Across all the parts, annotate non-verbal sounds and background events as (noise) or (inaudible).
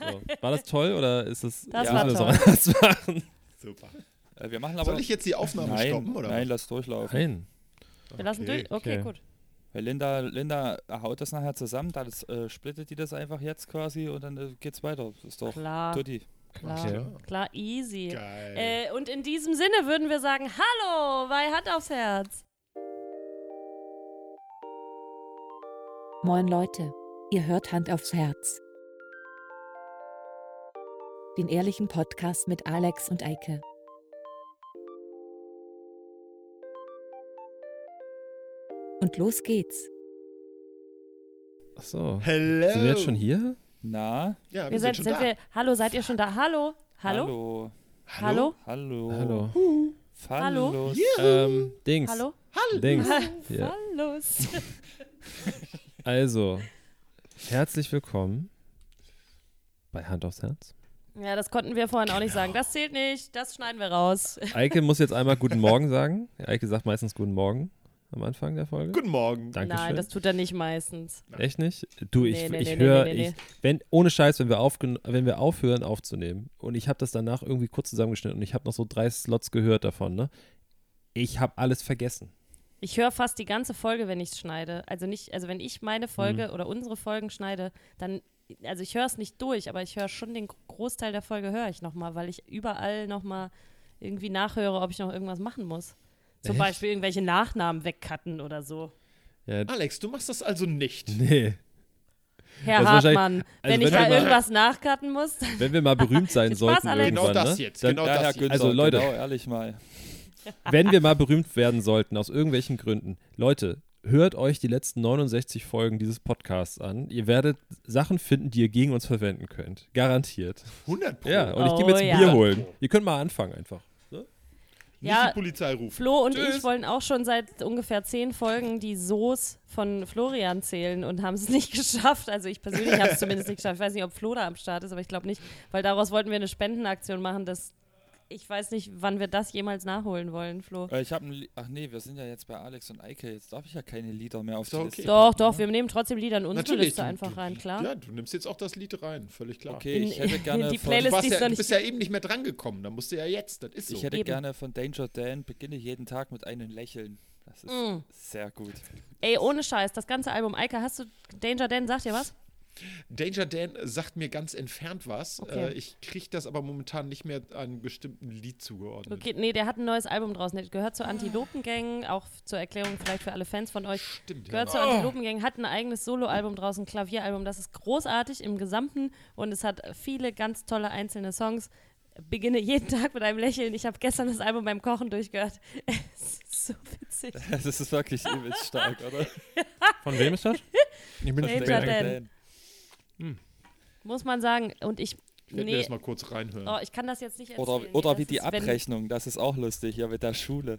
So. War das toll oder ist das, Das ja, war wir toll. sollen das machen? Super. Äh, wir machen aber. Soll ich jetzt die Aufnahme nein, stoppen? Oder? nein, lass durchlaufen. Nein. Wir lassen Okay. durch. Okay, okay. gut. Weil Linda, Linda haut das nachher zusammen, dann äh, splittet die das einfach jetzt quasi und dann äh, geht's weiter. Das ist doch Klar, Tutti. klar, Ja. klar, easy. Geil. Äh, und in diesem Sinne würden wir sagen, hallo bei Hand aufs Herz. Moin Leute, ihr hört Hand aufs Herz. Den ehrlichen Podcast mit Alex und Eike. Und los geht's. Ach so. Hello. Sind wir jetzt schon hier? Na? Ja, wir, Wir sind, sind, schon sind da. wir, hallo, seid ihr schon da? Hallo? Hallo? Hallo? Hallo. Hallo. Hallo? Fallos. Oh. Ähm, Dings. Hallo? Dings. Ja. Hallo? Also, herzlich willkommen bei Hand aufs Herz. Ja, das konnten wir vorhin auch nicht Genau. sagen. Das zählt nicht, das schneiden wir raus. (laughs) Eike muss jetzt einmal Guten Morgen sagen. Eike sagt meistens Guten Morgen am Anfang der Folge. Guten Morgen. Dankeschön. Nein, das tut er nicht meistens. Echt nicht? Du, ich, Nee, nee, ich nee, nee, höre, nee, nee, nee. ich, wenn, ohne Scheiß, wenn wir, aufgen wenn wir aufhören aufzunehmen und ich habe das danach irgendwie kurz zusammengeschnitten und ich habe noch so drei Slots gehört davon, ne? Ich habe alles vergessen. Ich höre fast die ganze Folge, wenn ich es schneide. Also nicht, also wenn ich meine Folge Mhm. oder unsere Folgen schneide, dann, also ich höre es nicht durch, aber ich höre schon den Großteil der Folge höre ich nochmal, weil ich überall nochmal irgendwie nachhöre, ob ich noch irgendwas machen muss. Zum Echt? Beispiel irgendwelche Nachnamen wegcutten oder so. Ja, Alex, du machst das also nicht. (laughs) nee. Herr Das ist wahrscheinlich- Hartmann, also wenn, wenn ich wir da mal- irgendwas nachcutten muss, dann Wenn wir mal (laughs) berühmt sein Viel Spaß, sollten Alex. irgendwann, Genau das ne? jetzt. Dann, genau Ja, Herr das jetzt. Günther, Also, Leute. Genau, ehrlich mal. Wenn wir mal berühmt werden sollten, aus irgendwelchen Gründen, Leute, hört euch die letzten 69 Folgen dieses Podcasts an. Ihr werdet Sachen finden, die ihr gegen uns verwenden könnt. Garantiert. 100 Pro. Ja, und ich gehe Oh mir jetzt ein ja. Bier holen. Ihr könnt mal anfangen einfach. Nicht Ja. die Polizei rufen. Flo und Tschüss. ich wollen auch schon seit ungefähr zehn Folgen die Soos von Florian zählen und haben es (laughs) nicht geschafft. Also ich persönlich habe es zumindest nicht geschafft. Ich weiß nicht, ob Flo da am Start ist, aber ich glaube nicht, weil daraus wollten wir eine Spendenaktion machen. Das, ich weiß nicht, wann wir das jemals nachholen wollen, Flo. Äh, ich habe ein Lied. Ach nee, wir sind ja jetzt bei Alex und Eike. Jetzt darf ich ja keine Lieder mehr auf Ist die doch Liste. okay. Doch, doch, wir nehmen trotzdem Lieder in unsere Natürlich, Liste du- einfach du- rein, klar. Ja, du nimmst jetzt auch das Lied rein. Völlig klar. Okay, ich In- (laughs) hätte gerne die von, Du, Playlist- warst ist ja, doch du nicht- bist ja eben nicht mehr drangekommen. Da musst du ja jetzt. Das ist so. Ich hätte Eben. gerne von Danger Dan beginne jeden Tag mit einem Lächeln. Das ist Mm. sehr gut. (laughs) Ey, ohne Scheiß, das ganze Album. Eike, hast du Danger Dan, sagt dir was? Danger Dan sagt mir ganz entfernt was. Okay. Äh, ich kriege das aber momentan nicht mehr einem bestimmten Lied zugeordnet. Okay, nee, der hat ein neues Album draußen. Der gehört zur Antilopengang, auch zur Erklärung vielleicht für alle Fans von euch. Stimmt. Genau. Gehört zur Antilopengang, hat ein eigenes Soloalbum draußen, ein Klavieralbum. Das ist großartig im Gesamten und es hat viele ganz tolle einzelne Songs. Beginne jeden (laughs) Tag mit einem Lächeln. Ich habe gestern das Album beim Kochen durchgehört. (laughs) Es ist so witzig. Das ist wirklich übelst stark, oder? Von wem ist das? Ich bin Danger Von Danger Dan. Dan. Muss man sagen. Und ich. Ich werde mir Nee, das mal kurz reinhören. oh, ich kann das jetzt nicht erzählen. Oder, oder Das wie die ist, wenn- Abrechnung, das ist auch lustig, ja, mit der Schule.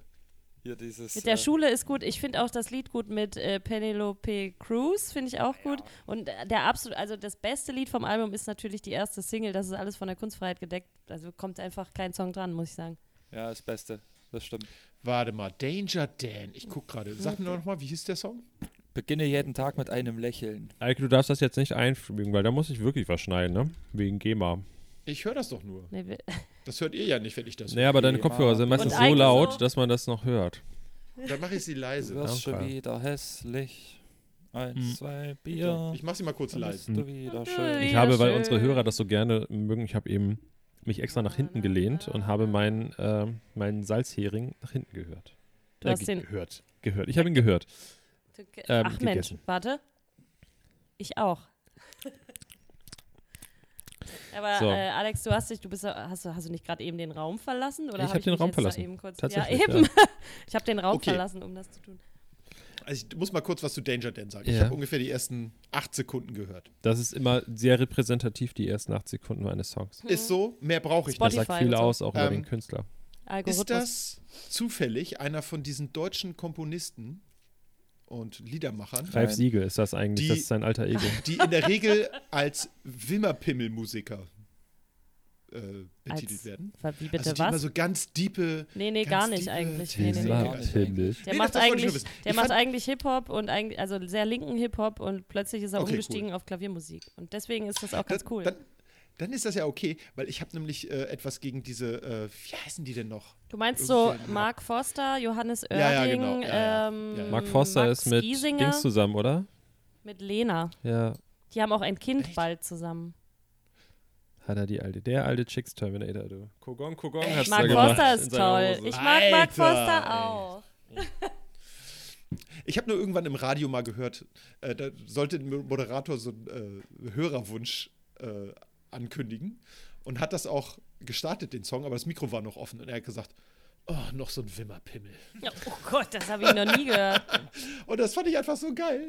Hier dieses. Mit der äh, Schule ist gut. Ich finde auch das Lied gut mit äh, Penelope Cruz, finde ich auch gut. Und äh, der absolut, also das beste Lied vom Album ist natürlich die erste Single. Das ist alles von der Kunstfreiheit gedeckt. Also kommt einfach kein Song dran, muss ich sagen. Ja, das Beste. Das stimmt. Warte mal, Danger Dan. Ich guck gerade. Sag mir noch mal, wie hieß der Song? Beginne jeden Tag mit einem Lächeln. Eike, du darfst das jetzt nicht einfügen, weil da muss ich wirklich was schneiden, ne? Wegen GEMA. Ich höre das doch nur. Nee, wir- Das hört ihr ja nicht, wenn ich das Naja, aber deine GEMA. Kopfhörer sind meistens Und so Eike laut, so. dass man das noch hört. höre. Dann mache ich sie Du leise. wirst schon Danke. wieder hässlich. Eins, Mhm. zwei Bier. Ich mache sie mal kurz dann bist leise. du wieder schön. Ich Ja, habe, weil schön. unsere Hörer das so gerne mögen, ich habe eben mich extra nach hinten gelehnt und habe meinen, äh, meinen Salzhering nach hinten gehört. Äh, Du hast den- gehört. Gehört. Ich habe ihn gehört. Ähm, Ach Mensch, gegessen. warte. Ich auch. Aber So. äh, Alex, du hast dich, du bist, ja- hast, du- hast du nicht gerade eben den Raum verlassen? Oder Ich hab den mich Raum jetzt da verlassen. Eben kurz, ja, Tatsächlich. eben. (laughs) Ich habe den Raum Okay. verlassen, um das zu tun. Also ich muss mal kurz was zu Danger Dan sagen. Ich Ja. habe ungefähr die ersten acht Sekunden gehört. Das ist immer sehr repräsentativ, die ersten acht Sekunden eines Hm. Songs. Ist so, mehr brauche ich Spot- Das nicht. sagt Spotify viel und so. aus, auch über Ähm, den Künstler. Algorithmus. Ist das zufällig einer von diesen deutschen Komponisten und Liedermachern, Ralf Nein. Siegel ist das eigentlich, Die- das ist sein alter Ego. die in (laughs) der Regel als Wimmerpimmelmusiker äh, betitelt Als- werden? Wie bitte also die immer was? so ganz diepe nee, nee, ganz gar nicht tiefe eigentlich. Nee, Themen. nee, nee. Wimmer- Natürlich. Der Nee, macht das wollte ich nur eigentlich, wissen. der Ich macht fand- eigentlich Hip-Hop und eigentlich, also sehr linken Hip-Hop und plötzlich ist er Okay, umgestiegen auf Klaviermusik. Und deswegen ist das auch ganz Dann- cool. Dann, Dann ist das ja okay, weil ich habe nämlich äh, etwas gegen diese, äh, wie heißen die denn noch? Du meinst so Irgendwie ein- Mark Foster, Johannes Oerding, Äh, genau. Ja, ja, genau. Ja, ja. Ähm, Ja, ja. Mark Foster Max ist mit Giesinger, Dings zusammen, oder? mit Lena. Ja, Die haben auch ein Kind Echt? bald zusammen. hat er die alte, der alte Chicks Terminator, du. Kogon, Kogon hat's da Mark gemacht. Foster in ist seiner toll. Hose. Ich mag Mark Alter, Foster ey. auch. Ich habe nur irgendwann im Radio mal gehört, äh, da sollte ein Moderator so einen äh, Hörerwunsch äh, ankündigen und hat das auch gestartet, den Song, aber das Mikro war noch offen und er hat gesagt, oh, noch so ein Wimmerpimmel. Ja, Oh Gott, das habe ich noch nie gehört. Und das fand ich einfach so geil.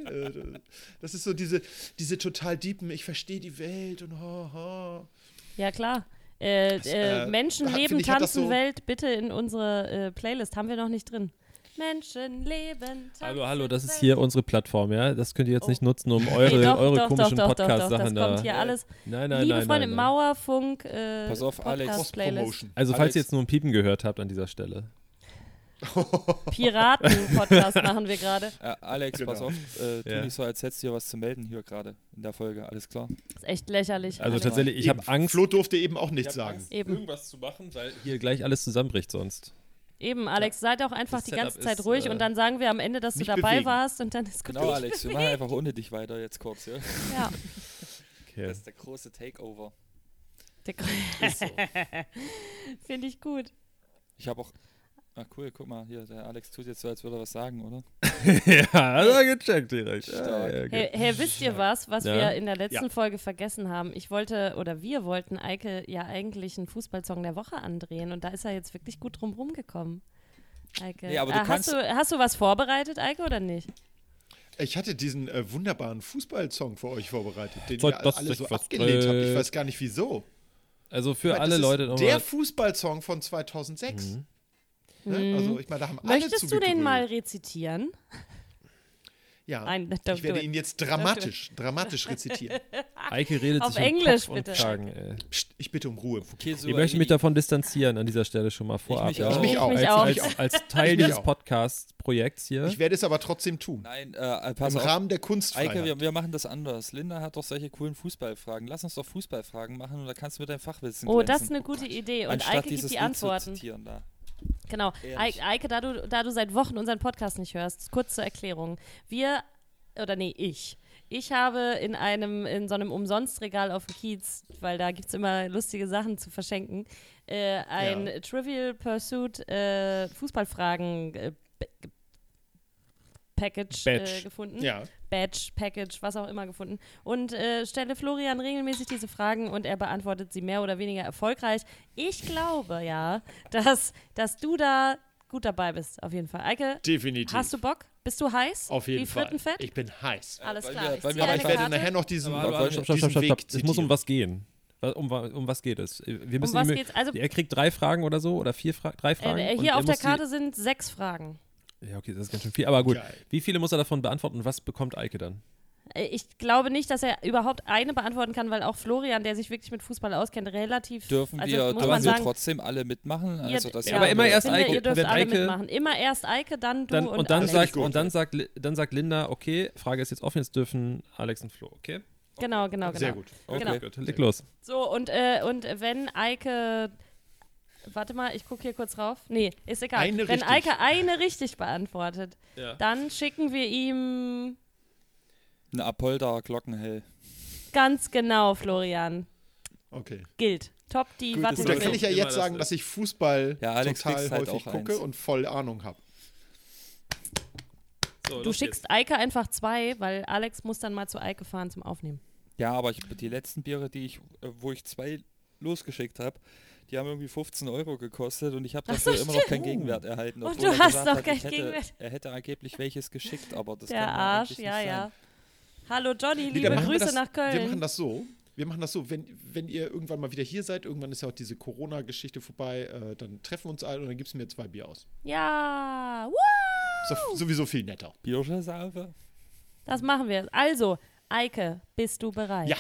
Äh, Das ist so diese, diese total deepen, ich verstehe die Welt und ho, ho. Ja, klar. Äh, äh, äh, Menschen, da- Leben, finde ich, hat das Tanzen, so- Welt, bitte in unsere äh, Playlist. Haben wir noch nicht drin. Menschen, Leben, Tanzen, Hallo, hallo, das ist Welt. hier unsere Plattform, ja? Das könnt ihr jetzt nicht nutzen, um eure, Nee, doch, eure doch, komischen doch, doch, doch, doch, das Podcast-Sachen da. kommt Äh, hier alles. Nein, nein, Liebe nein, Freunde, nein, nein. Mauerfunk, äh, Pass auf, Alex. Podcast-Playlist. Cross-Promotion. Also, falls Alex. ihr jetzt nur ein Piepen gehört habt an dieser Stelle. Äh, Piraten-Podcast machen wir gerade. Äh, Alex, pass Genau. auf, äh, tu Ja. nicht so, als hättest du hier was zu melden hier gerade in der Folge. Alles klar. Ist echt lächerlich. Also, Alex. tatsächlich, ich habe Eben, Angst, Flo durfte eben auch nichts sagen. Eben. irgendwas zu machen, weil hier gleich alles zusammenbricht sonst. Eben, Alex, seid auch einfach Das die Setup ganze Zeit ist, ruhig äh, und dann sagen wir am Ende, dass du nicht dabei bewegen. warst und dann ist gut. Genau, Alex, (laughs) wir machen einfach ohne dich weiter jetzt kurz. Ja? Ja. Okay. Das ist der große Takeover. Der- (laughs) Finde ich gut. Ich habe auch. Ah, cool, guck mal, hier, der Alex tut jetzt so, als würde er was sagen, oder? (laughs) ja, hat er gecheckt direkt. Stark. Ja, ja, Hey, okay. hey, wisst ihr was, was Ja. wir in der letzten Folge vergessen haben? Ich wollte oder wir wollten Eike ja eigentlich einen Fußballsong der Woche andrehen und da ist er jetzt wirklich gut drum rumgekommen. Eike, Nee, aber du Ah, hast, kannst- du, hast du was vorbereitet, Eike, oder nicht? Ich hatte diesen äh, wunderbaren Fußballsong für euch vorbereitet, den Zeug, ihr das alle sich so was abgelehnt habt. Ich dreht. weiß gar nicht wieso. Also für meine, alle das Leute ist nochmal. Der Fußballsong von 2006. Mhm. Ne? Also, ich meine, da haben alle Mhm. Möchtest du zugegrölt. den mal rezitieren? Ja, Nein, don't ich do werde it. ihn jetzt dramatisch, (laughs) dramatisch rezitieren. Eike redet Auf sich Englisch, um Kopf bitte. Und Kragen, ey. Psst, ich bitte um Ruhe. Ich möchte mich davon distanzieren an dieser Stelle schon mal vorab. mich ja. auch. Ich mich auch. Ich Als, mich auch. als, als Teil Ich mich dieses auch. Podcast-Projekts Ne? hier. Ich werde es aber trotzdem tun. Nein, äh, Im pass auf. Rahmen der Kunstfreiheit. Eike, wir, wir machen das anders. Linda hat doch solche coolen Fußballfragen. Lass uns doch Fußballfragen machen und da kannst du mit deinem Fachwissen Oh, das ist glänzen. eine gute Idee. Und Anstatt Eike dieses gibt die Lied Antworten. Zu zitieren, da. Genau. Ehrlich. Eike, Eike da, du, da du seit Wochen unseren Podcast nicht hörst, kurz zur Erklärung. Wir, oder nee, ich. Ich habe in einem, in so einem Umsonstregal auf dem Kiez, weil da gibt es immer lustige Sachen zu verschenken, äh, ein Ja. Trivial Pursuit äh, Fußballfragen äh, Ba- Package äh, Badge. gefunden. ja, Badge, Package, was auch immer gefunden. Und äh, stelle Florian regelmäßig diese Fragen und er beantwortet sie mehr oder weniger erfolgreich. Ich glaube ja, dass, dass du da gut dabei bist, auf jeden Fall. Eike, definitiv. hast du Bock? Bist du heiß? Auf jeden Wie Frittenfett? Fall. Ich bin heiß. Alles Weil klar. wir- ich weil zieh wir- Aber eine ich werde Karte. nachher noch diesen, Aber, aber, stopp, stopp, diesen stopp, stopp. Weg Es muss um zitieren. was gehen. Was- Um, wa- um was geht es? Wir müssen was ihm- geht's? Also- er kriegt drei Fragen oder so oder vier Fra drei Fragen. äh, und er hier auf der muss die- Karte sind sechs Fragen. Ja, okay, das ist ganz schön viel. Aber gut, Geil. wie viele muss er davon beantworten und was bekommt Eike dann? Äh, Ich glaube nicht, dass er überhaupt eine beantworten kann, weil auch Florian, der sich wirklich mit Fußball auskennt, relativ. Dürfen also wir, muss dürfen man wir sagen, trotzdem alle mitmachen? Also, das aber immer wir- erst ich finde, Eike. Ihr dürft Wenn alle Eike- mitmachen. Immer erst Eike, dann du Dann, und, und, dann Alex. sagt, gut. und dann, sagt, Li- dann sagt Linda, okay, Frage ist jetzt offen, jetzt dürfen Alex und Flo, okay? Genau, genau, genau. Sehr gut. Okay. Genau. Gut, leg los. So, und, äh, und wenn Eike. Warte mal, ich gucke hier kurz rauf. Nee, ist egal. Eine wenn richtig. Eike eine richtig beantwortet, Ja. dann schicken wir ihm Ein Apolda Glockenhell. ganz genau, Florian. Okay. Gilt. Top die Gut, Watte gut, dann kann gilt. ich ja Immer jetzt das sagen, ist- dass ich Fußball Ja, Alex total kriegst halt häufig auch gucke eins. und voll Ahnung habe. So, Du los schickst Eike einfach zwei, weil Alex muss dann mal zu Eike fahren zum Aufnehmen. Ja, aber ich, die letzten Biere, die ich, äh, wo ich zwei losgeschickt habe, die haben irgendwie 15 Euro gekostet und ich habe Ach so, dafür immer noch stimmt. keinen Gegenwert erhalten. Und obwohl du er hast gesagt noch hat, keinen ich hätte, Gegenwert. Er hätte angeblich welches geschickt, aber das Der kann Arsch, eigentlich ja, nicht ja. Sein. Hallo Johnny, Nee, liebe dann machen wir Grüße das, nach Wir machen Köln. das so. Wir machen das so, wenn, wenn ihr irgendwann mal wieder hier seid, irgendwann ist ja auch diese Corona-Geschichte vorbei, äh, dann treffen wir uns alle und dann gibst du mir zwei Bier aus. Ja, Woo! So, sowieso viel netter. Bierschesaufe? das machen wir. Also, Eike, bist du bereit? Ja.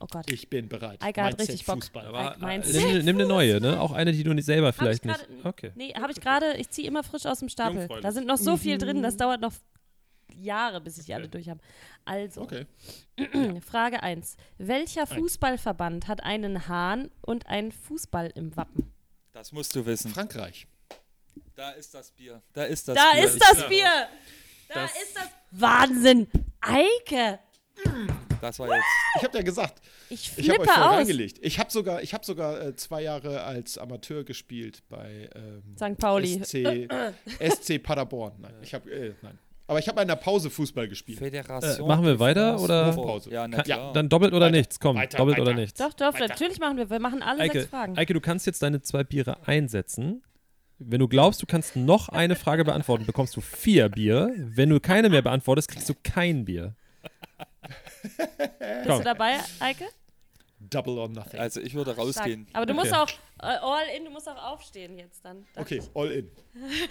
Oh Gott. Ich bin bereit. Eike hat Mindset richtig Bock. Fußball. Aber, äh, Meinst nimm, du? nimm eine neue, ne? Auch eine, die du nicht selber Hab ich vielleicht nicht. gerade- Okay. Nee, habe ich gerade, ich ziehe immer frisch aus dem Stapel. Da Jungfräulich. Mhm. sind noch so viel drin, das dauert noch Jahre, bis ich die alle Okay. durch habe. Also, Okay. (clears throat) Frage 1. Welcher Fußballverband hat einen Hahn und einen Fußball im Wappen? Das musst du wissen. Frankreich. Da ist das Bier. Da ist das da Bier. ist das Ich- Bier! Da Das- ist das Wahnsinn! Eike! Das war jetzt. Ich habe ja gesagt, Ich ich flippe habe euch voll aus. reingelegt. Ich habe sogar, ich hab sogar äh, zwei Jahre als Amateur gespielt bei ähm, St. Pauli. (laughs) SC, SC Paderborn. Nein, ich habe äh, nein. Aber ich habe in der Pause Fußball gespielt. Föderation. Äh, machen wir weiter, France oder? Football. Pause. Ja, na Ka- klar. Dann doppelt oder Weiter, nichts. Komm, weiter, doppelt oder weiter. nichts. Doch, doch, Weiter. natürlich machen wir. Wir machen alle Eike, sechs Fragen. Eike, du kannst jetzt deine zwei Biere einsetzen. Wenn du glaubst, du kannst noch eine Frage beantworten, bekommst du vier Bier. Wenn du keine mehr beantwortest, kriegst du kein Bier. Bist komm. du dabei, Eike? Double or nothing. Also ich würde Stark. rausgehen. Aber du musst Okay. auch äh, all in, du musst auch aufstehen jetzt dann. Dachte okay, ich. all in.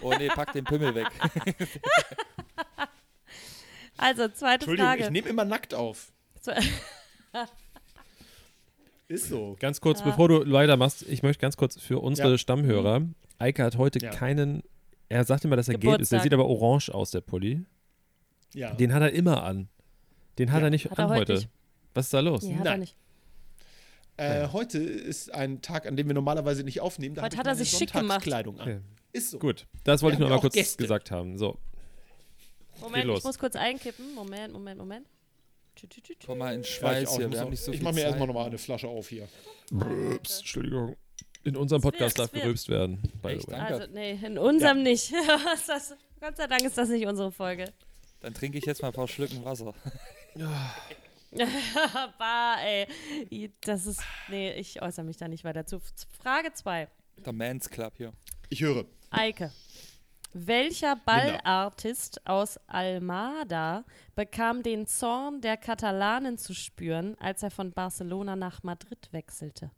Oh nee, pack den (laughs) Pimmel weg. Also, zweite Entschuldigung, Frage. ich nehme immer nackt auf. So- (laughs) Ist so. Ganz kurz, bevor du weitermachst, ich möchte ganz kurz für unsere Ja. Stammhörer. Eike hat heute Ja. keinen. Er sagt immer, dass er gelb ist. Der Geburtstag. sieht aber orange aus, der Pulli. Ja. Den hat er immer an. Den hat Ja. er nicht Hat er an heute heute. nicht. Was ist da los? Nee, hat er Nein. nicht. Äh, heute ist ein Tag, an dem wir normalerweise nicht aufnehmen. Da Heute hab hat ich er sich meine schick gemacht. Sonntagskleidung an. Okay. Ist so. Gut, das wollte Wir ich nur haben mal ja kurz auch Gäste. gesagt haben. So, Moment, los. ich muss kurz einkippen. Moment, Moment, Moment. Tü, tü, tü, tü. Komm mal in Ja, ich Schweiz auch, hier. muss Wir auch- haben nicht so ich viel mache mir Zeit. erstmal nochmal eine Flasche auf hier. Ups, Entschuldigung. In unserem Podcast wird, darf es wird. gerübst werden. By the Echt? way. Danke. Also, nee, in unserem nicht. (laughs) Was ist das? Gott sei Dank ist das nicht unsere Folge. (laughs) Dann trinke ich jetzt mal ein paar Schlücken Wasser. bah, ey. I- Das ist. Nee, ich äußere mich da nicht weiter zu. Z- Frage 2. Der Man's Club hier. Ich höre. Eike. Welcher Ballartist aus Almada bekam den Zorn der Katalanen zu spüren, als er von Barcelona nach Madrid wechselte?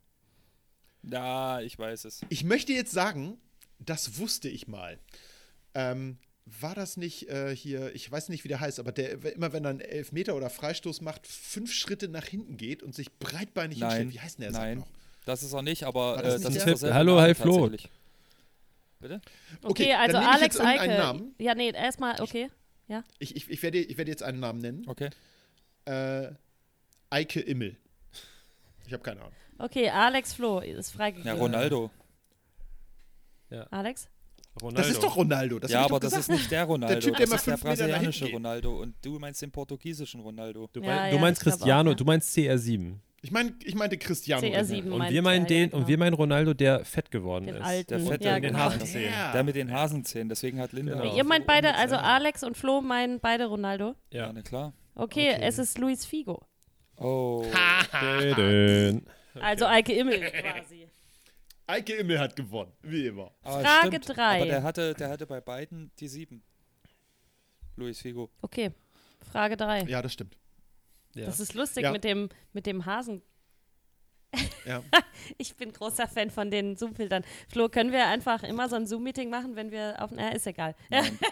Ja, ich weiß es. Ich möchte jetzt sagen, das wusste ich mal. Ähm, war das nicht äh, hier, ich weiß nicht, wie der heißt, aber der immer, wenn er einen Elfmeter oder Freistoß macht, fünf Schritte nach hinten geht und sich breitbeinig Nein. hinstellt. Wie heißt denn der Nein. Sack noch? Das ist er nicht, aber War äh, das das, nicht ist der? derselbe Hallo, Name hi, Flo. tatsächlich. Bitte? Okay, dann also nehme ich Alex jetzt irgendeinen Eike. Namen. Ja, nee, erstmal, okay. Ich, ich, ich, werde, ich werde jetzt einen Namen nennen. Okay. Äh, Eike Immel. Ich habe keine Ahnung. Okay, Alex Flo ist Ja, freigegeben. Ronaldo. Alex? Das ist doch Ronaldo. Das ja, hab ich aber doch das ist gesagt. nicht der Ronaldo. Typ, der das mal ist der fünf Meter nach hinten brasilianische geht. Ronaldo und du meinst den portugiesischen Ronaldo. Du, Ja, mein, Ah ja, du meinst ich glaub auch, Cristiano, ja. du meinst CR7. Ich, mein, ich meinte Cristiano. CR7 Und meint wir, meinen er, den, ja, genau. und wir meinen Ronaldo, der fett geworden den ist. alten. Der fette ja, mit den genau. Hasenzähnen. Ja. Der mit den Hasenzähnen, deswegen hat Linda. Genau. auch Ihr meint so beide, also umgezählt. Alex und Flo meinen beide Ronaldo. Ja, Ja. na klar. Okay, Okay. es ist Luis Figo. Oh. Den. Also (laughs) Eike Immel quasi. Eike Immel hat gewonnen, wie immer. Ah, Frage stimmt. drei. Aber der hatte, der hatte bei beiden die sieben. Luis Figo. Okay, Frage 3. Ja, das stimmt. Ja. Das ist lustig Ja. mit, dem, mit dem Hasen. Ja. Ich bin großer Fan von den Zoom-Filtern. Flo, können wir einfach immer so ein Zoom-Meeting machen, wenn wir auf. Na, ist egal. Nein. (laughs)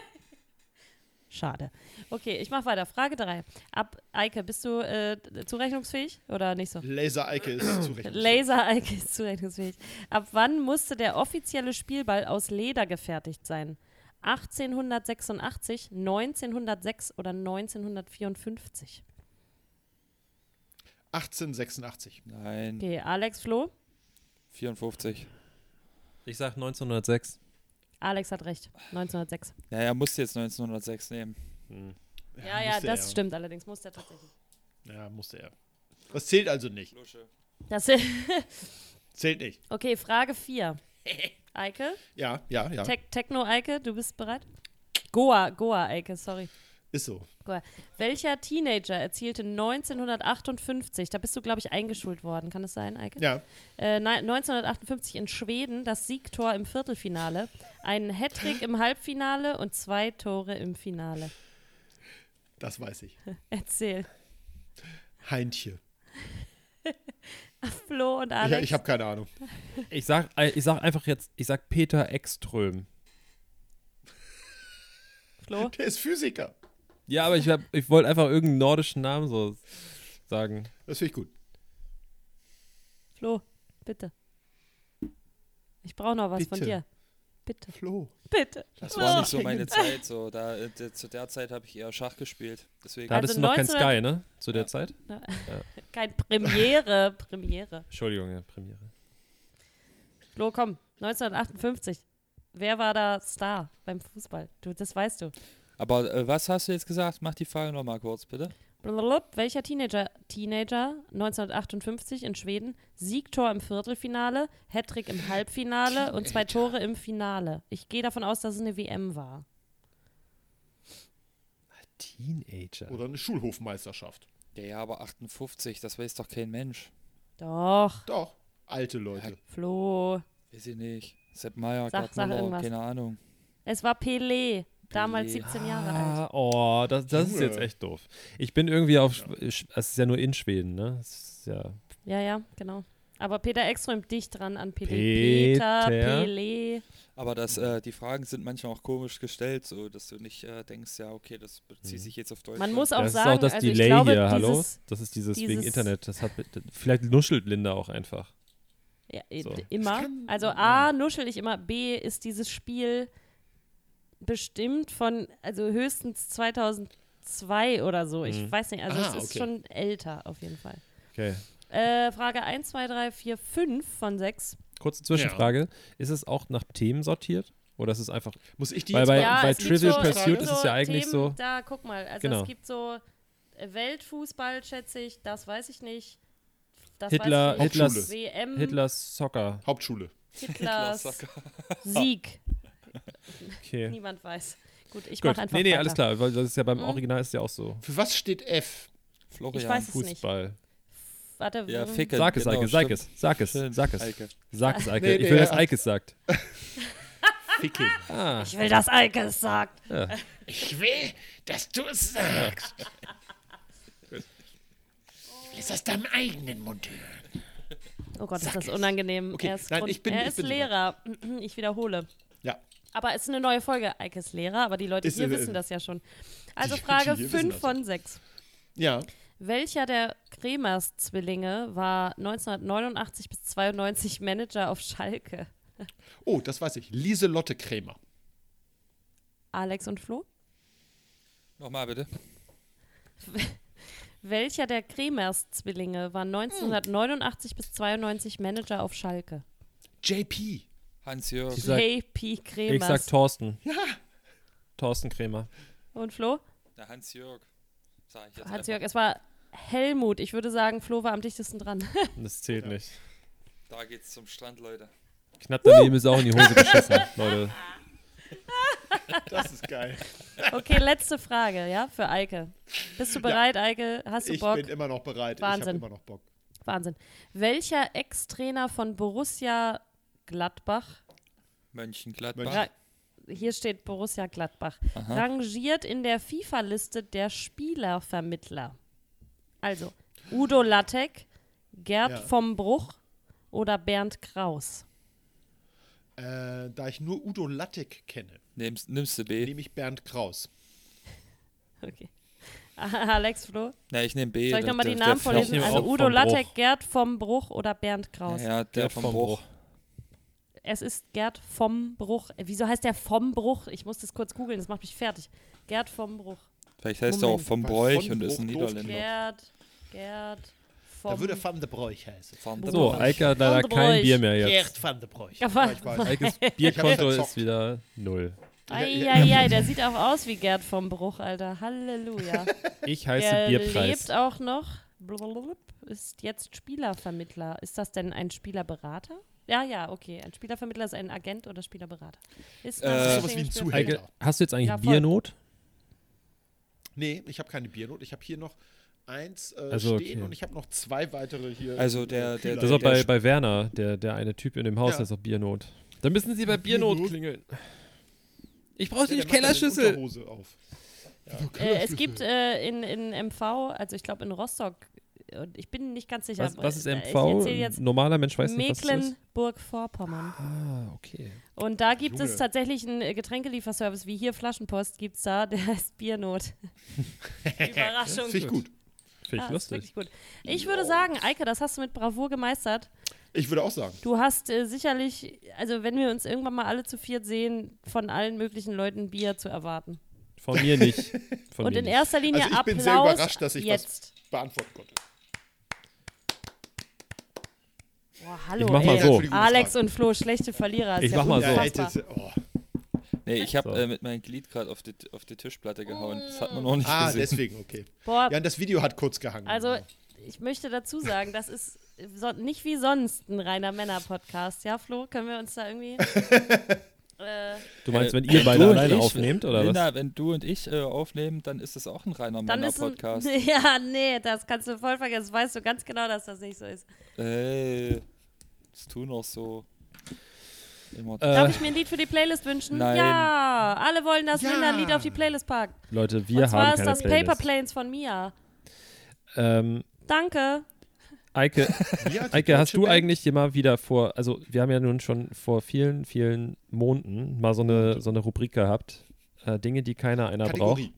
Schade. Okay, ich mache weiter. Frage 3. Ab Eike, bist du äh, zurechnungsfähig oder nicht so? Laser Eike ist zu Recht. Laser (laughs) Eike ist zurechnungsfähig. Ab wann musste der offizielle Spielball aus Leder gefertigt sein? 1886, 1906 oder 1954? 1886. Nein. Okay, Alex Flo? 54. Ich sag 1906. Alex hat recht. 1906. Ja, er musste jetzt 1906 nehmen. Ja, ja, musste das er. stimmt allerdings. Muss der tatsächlich. Ja, musste er. Das zählt also nicht. Das (laughs) Zählt nicht. okay, Frage (laughs) 4. Eike? Ja, ja, ja. Tec- Techno-Eike, du bist bereit? Goa, Goa-Eike, sorry. Ist so. Goa. Welcher Teenager erzielte 1958, da bist du, glaube ich, eingeschult worden, kann es sein, Eike? Ja. Äh, nein, 1958 in Schweden das Siegtor im Viertelfinale, einen Hattrick im Halbfinale und zwei Tore im Finale. Das weiß ich. Erzähl. Heintje. Flo und Ich, Alex. ich habe keine Ahnung. Ich sag, äh, ich sag einfach jetzt, ich sag Peter Ekström. Flo. Der ist Physiker. Ja, aber ich, hab- ich wollte einfach irgendeinen nordischen Namen so sagen. Das finde ich gut. Flo, bitte. Ich brauche noch was von Bitte. dir. Bitte. Flo. Bitte. Das Oh. war nicht (laughs) so meine Zeit. So. Da, äh, d- zu der Zeit habe ich eher Schach gespielt. Deswegen Da hattest du Also noch kein 1900 Sky, ne? Zu der Ja. Zeit? Kein Premiere, Premiere. Entschuldigung, ja, Premiere. Flo, komm, 1958. Wer war da Star beim Fußball? Du, das weißt du. Aber äh, was hast du jetzt gesagt? Mach die Frage nochmal kurz, bitte. Blablabla. Welcher Teenager, Teenager 1958 in Schweden Siegtor im Viertelfinale, Hattrick im Halbfinale und zwei Tore im Finale? Ich gehe davon aus, dass es eine WM war. Teenager. Oder eine Schulhofmeisterschaft. Ja, ja, aber 58, das weiß doch kein Mensch. Doch, Doch. Alte Leute. Flo. Weiß ich nicht. Sepp Meyer, Sag- Gerd sag Müller, irgendwas. keine Ahnung. Es war Pelé, damals Pelé. 17 Jahre Ah, alt. oh, das, das ist Junge. jetzt echt doof. Ich bin irgendwie auf. Sch- Sch- Es ist ja nur in Schweden, ne? Es ist ja. Ja, ja, genau. Aber Peter Ekström dicht dran an Pelé. Peter. Peter, Pelé. Aber das, äh, die Fragen sind manchmal auch komisch gestellt, so dass du nicht äh, denkst, ja, okay, das bezieht sich jetzt auf Deutschland. Mhm. Man muss auch Das sagen, ist auch das also Delay ich glaube, hier, hallo? dieses, Das ist dieses, wegen dieses- Internet. Das hat, vielleicht nuschelt Linda auch einfach. Ja, i- So. d- immer. Also A, nuschel ich immer. B, ist dieses Spiel bestimmt von, also höchstens 2002 oder so. Ich Mhm. weiß nicht, also Ah, es ist okay. schon älter auf jeden Fall. Okay. Äh, Frage 1, 2, 3, 4, 5 von 6. Kurze Zwischenfrage. Ist es auch nach Themen sortiert? Oder ist es einfach. Muss ich die Weil jetzt bei- mal- bei es gibt Trivial es Pursuit gibt ist es ja eigentlich Themen, so- Da, guck mal, also Genau. es gibt so äh, Weltfußball, schätze ich, das weiß ich nicht. Das Hitler- weiß ich nicht. Hitlers- WM, Hitlers Soccer. Hauptschule. Hitlers Klassiker. Sieg. Okay. Niemand weiß. Gut, ich Gut. mache einfach Nee, nee, weiter. alles klar. Weil das ist ja beim Mhm. Original ist ja auch so. Für was steht F? Florian. Ich weiß es nicht. Fußball. Warte, Ja, ähm, Ficke. Sag es, genau, Eike, sag stimmt. es, sag es, Schön, sag es. Eike. Sag (laughs) es, Eike. Nee, ich nee, will, dass ja. Eike es sagt. Ficken. Ah, ich will, dass Eike es sagt. Ich will, dass du es sagst. Ich will es aus deinem eigenen Mund hören. Oh Gott, ist das unangenehm. Okay, er ist, nein, Grund- ich bin- er ich ist bin Lehrer. Mhm, Ich wiederhole. Ja. Aber es ist eine neue Folge. Eike ist Lehrer, aber die Leute Ist, hier äh, wissen das ja schon. Also die Frage hier wissen 5 das. von 6. Ja. Welcher der Kremers Zwillinge war 1989 bis 92 Manager auf Schalke? Oh, das weiß ich. Lieselotte Krämer. Alex und Flo? Nochmal bitte. Welcher der Kremers Zwillinge Hm. war 1989 bis 92 Manager auf Schalke? JP. Hans-Jörg. Ich sag- JP Kremers. ich sag Thorsten. Thorsten Krämer. und Flo? Na, Hans-Jörg. Sag ich jetzt Hans-Jörg, es war Helmut. Ich würde sagen, Flo war am dichtesten dran. Das zählt nicht. einfach. Da geht's zum Strand, Leute. Knapp daneben ist auch in die (laughs) Hose geschissen, Leute. Das (laughs) ist geil. Okay, letzte Frage, ja, für Eike. Bist du bereit, Eike? Hast du Ich Bock? bin immer noch bereit. Ich Wahnsinn. habe immer noch Bock. Wahnsinn. Welcher Ex-Trainer von Borussia Gladbach, Mönchengladbach. Mönchen- ra- hier steht Borussia Gladbach, rangiert in der FIFA-Liste der Spielervermittler? Also Udo Lattek, Gerd Ja. vom Bruch oder Bernd Kraus? Äh, da ich nur Udo Lattek kenne, Nimmst, nimmst du B? nehme ich Bernd Kraus. Okay. (laughs) Alex Flo? Na, ich nehme B. Soll ich der- nochmal die der- Namen der Ich vorlesen? nehme Also auch Udo vom Lattek, Bruch. Gerd vom Bruch oder Bernd Ja, Kraus? ja, der vom Bruch. Es ist Gerd vom Bruch. Äh, Wieso heißt der vom Bruch? Ich muss das kurz googeln, das macht mich fertig. Gerd vom Bruch. Vielleicht heißt er auch Moment. vom Weil Bräuch von und ist Bruch ein doof Niederländer. Gerd, Gerd vom Da würde Van de Broich heißen. Vom So, So, Bruch. Eike hat leider kein Brandenburg. Bier mehr jetzt. Gerd Van de Broich. Aber- ich (laughs) weiß. Eikes Bierkonto Ich hab's ist wieder null. Eieiei, der sieht auch aus wie Gerd vom Bruch, Alter. Halleluja. Ich heiße Er Bierpreis. lebt auch noch. Blablabla. Ist jetzt Spielervermittler. Ist das denn ein Spielerberater? Ja, ja, okay. Ein Spielervermittler ist ein Agent oder Spielerberater. Ist Äh, das Sowas wie ein Zuhälter. Eike, hast du jetzt eigentlich Ja, voll. Biernot? Nee, ich habe keine Biernot. Ich habe hier noch eins äh, Also, stehen okay. und ich habe noch zwei weitere hier. Also der- äh, der- Das ist Kühler. auch bei, der- bei Werner, der, der eine Typ in dem Haus, Ja. der ist auch Biernot. Da müssen sie bei Biernot Biernot? klingeln. Ich brauche Ja, der die macht dann den Kellerschüssel. Unterhose auf. Äh, es gibt äh, in, in MV, also ich glaube in Rostock, und ich bin nicht ganz sicher. Was, was ist äh, MV? Ich erzähle Ein jetzt Normaler Mensch weiß nicht, was das ist. Mecklenburg-Vorpommern. Ah, okay. Und da gibt es Junge. tatsächlich einen äh, Getränkelieferservice, wie hier Flaschenpost gibt es da, der (laughs) (laughs) heißt Biernot. Überraschung. Finde ich gut. Finde ich Ah, ist lustig. wirklich gut. Ich würde sagen, Eike, das hast du mit Bravour gemeistert. Ich würde auch sagen. Du hast äh, sicherlich, also wenn wir uns irgendwann mal alle zu viert sehen, von allen möglichen Leuten Bier zu erwarten. Von mir (laughs) nicht. Von Und mir in nicht. erster Linie Also ich Applaus bin sehr überrascht, dass ich jetzt. was beantworten konnte. Boah, hallo, Ich mach mal ey. so. Alex und Flo, schlechte Verlierer. Ist Ich ja mach mal so. Ja, ey, unfassbar. das, oh. Nee, ich habe So. äh, mit meinem Glied gerade auf die, auf die Tischplatte gehauen. Das hat man noch nicht Ah, gesehen. deswegen, okay. Boah, Ja, und das Video hat kurz gehangen. also ich möchte dazu sagen, das ist so, nicht wie sonst ein reiner Männer-Podcast. Ja, Flo, können wir uns da (laughs) irgendwie... äh, Du meinst, wenn Äh, ihr beide du und alleine ich, aufnehmt, oder Linda, was? wenn du und ich äh, aufnehmen, dann ist das auch ein reiner dann ist ein, Männer-Podcast. (laughs) Ja, nee, das kannst du voll vergessen. Das weißt du ganz genau, dass das nicht so ist. Ey, das tun Äh, noch so. Immer Äh, Darf ich mir ein Lied für die Playlist wünschen? Nein. Ja, alle wollen, dass Ja. Linda ein Lied auf die Playlist packt. Leute, wir Und zwar haben ist keine das Paper Playlist. Planes von Mia. Ähm, Danke. Eike, Ja, die Eike, hast deutsche du Band. eigentlich dir mal wieder vor, also wir haben ja nun schon vor vielen, vielen Monaten mal so eine, so eine Rubrik gehabt, äh, Dinge, die keiner einer braucht. Kategorie?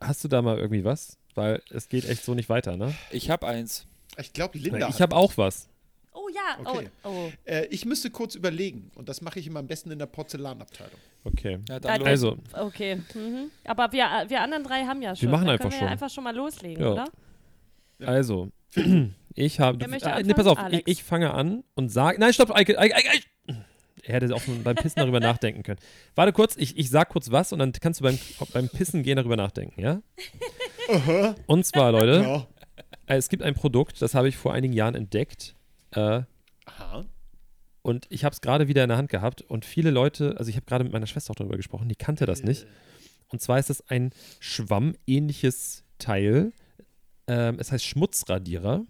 Hast du da mal irgendwie was? Weil es geht echt so nicht weiter, ne? Ich habe eins. Ich glaube, Linda. ich hat- habe auch was. Oh ja, Okay. oh, oh. Äh, ich müsste kurz überlegen. Und das mache ich immer am besten in der Porzellanabteilung. Okay. Ja, dann Ja, los. Also, Okay. Mhm. Aber wir, wir anderen drei haben ja schon. machen Dann einfach können wir schon. Ja einfach schon mal loslegen, Ja. oder? also, ich habe. Wer möchte Ah, anfangen? pass auf, ich, Alex. ich fange an und sage. Nein, stopp, Eike, Eike, Eike, Eike. Er hätte auch schon beim Pissen darüber nachdenken können. Warte kurz, ich, ich sag kurz was und dann kannst du beim, beim Pissen gehen darüber nachdenken, ja? Und zwar, Leute, Ja. Äh, Es gibt ein Produkt, das habe ich vor einigen Jahren entdeckt. Äh, Aha. und ich habe es gerade wieder in der Hand gehabt. Und viele Leute, also ich habe gerade mit meiner Schwester auch darüber gesprochen, die kannte das nicht. Und zwar ist es ein schwammähnliches Teil. Ähm, es heißt Schmutzradierer.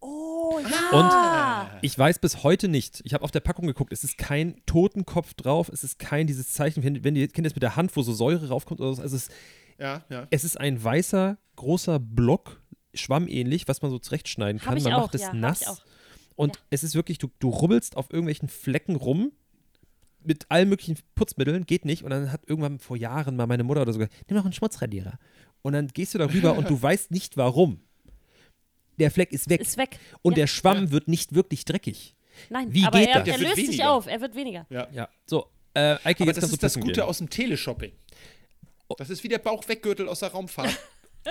Oh ja. Ich weiß bis heute nicht. Ich habe auf der Packung geguckt. Es ist kein Totenkopf drauf. Es ist kein dieses Zeichen, wenn, wenn ihr kennt ihr das mit der Hand, wo so Säure raufkommt oder so. Also es, Ja, ja. es ist ein weißer, großer Block, schwammähnlich, was man so zurechtschneiden kann. Hab ich man auch, macht es ja, hab ich nass. auch. Und Ja. es ist wirklich, du, du rubbelst auf irgendwelchen Flecken rum mit allen möglichen Putzmitteln, geht nicht. Und dann hat irgendwann vor Jahren mal meine Mutter oder so gesagt, nimm doch einen Schmutzradierer. Und dann gehst du darüber (laughs) und du weißt nicht warum. Der Fleck ist weg Ist weg. und ja. der Schwamm wird nicht wirklich dreckig. Nein, Wie aber geht das? er, er Der wird löst sich weniger. auf. Er wird weniger. ja. Ja. So, äh, Eike, jetzt Aber das kannst du ist das pissen Gute gehen. Oh. aus dem Teleshopping. Das ist wie der Bauchweggürtel aus der Raumfahrt.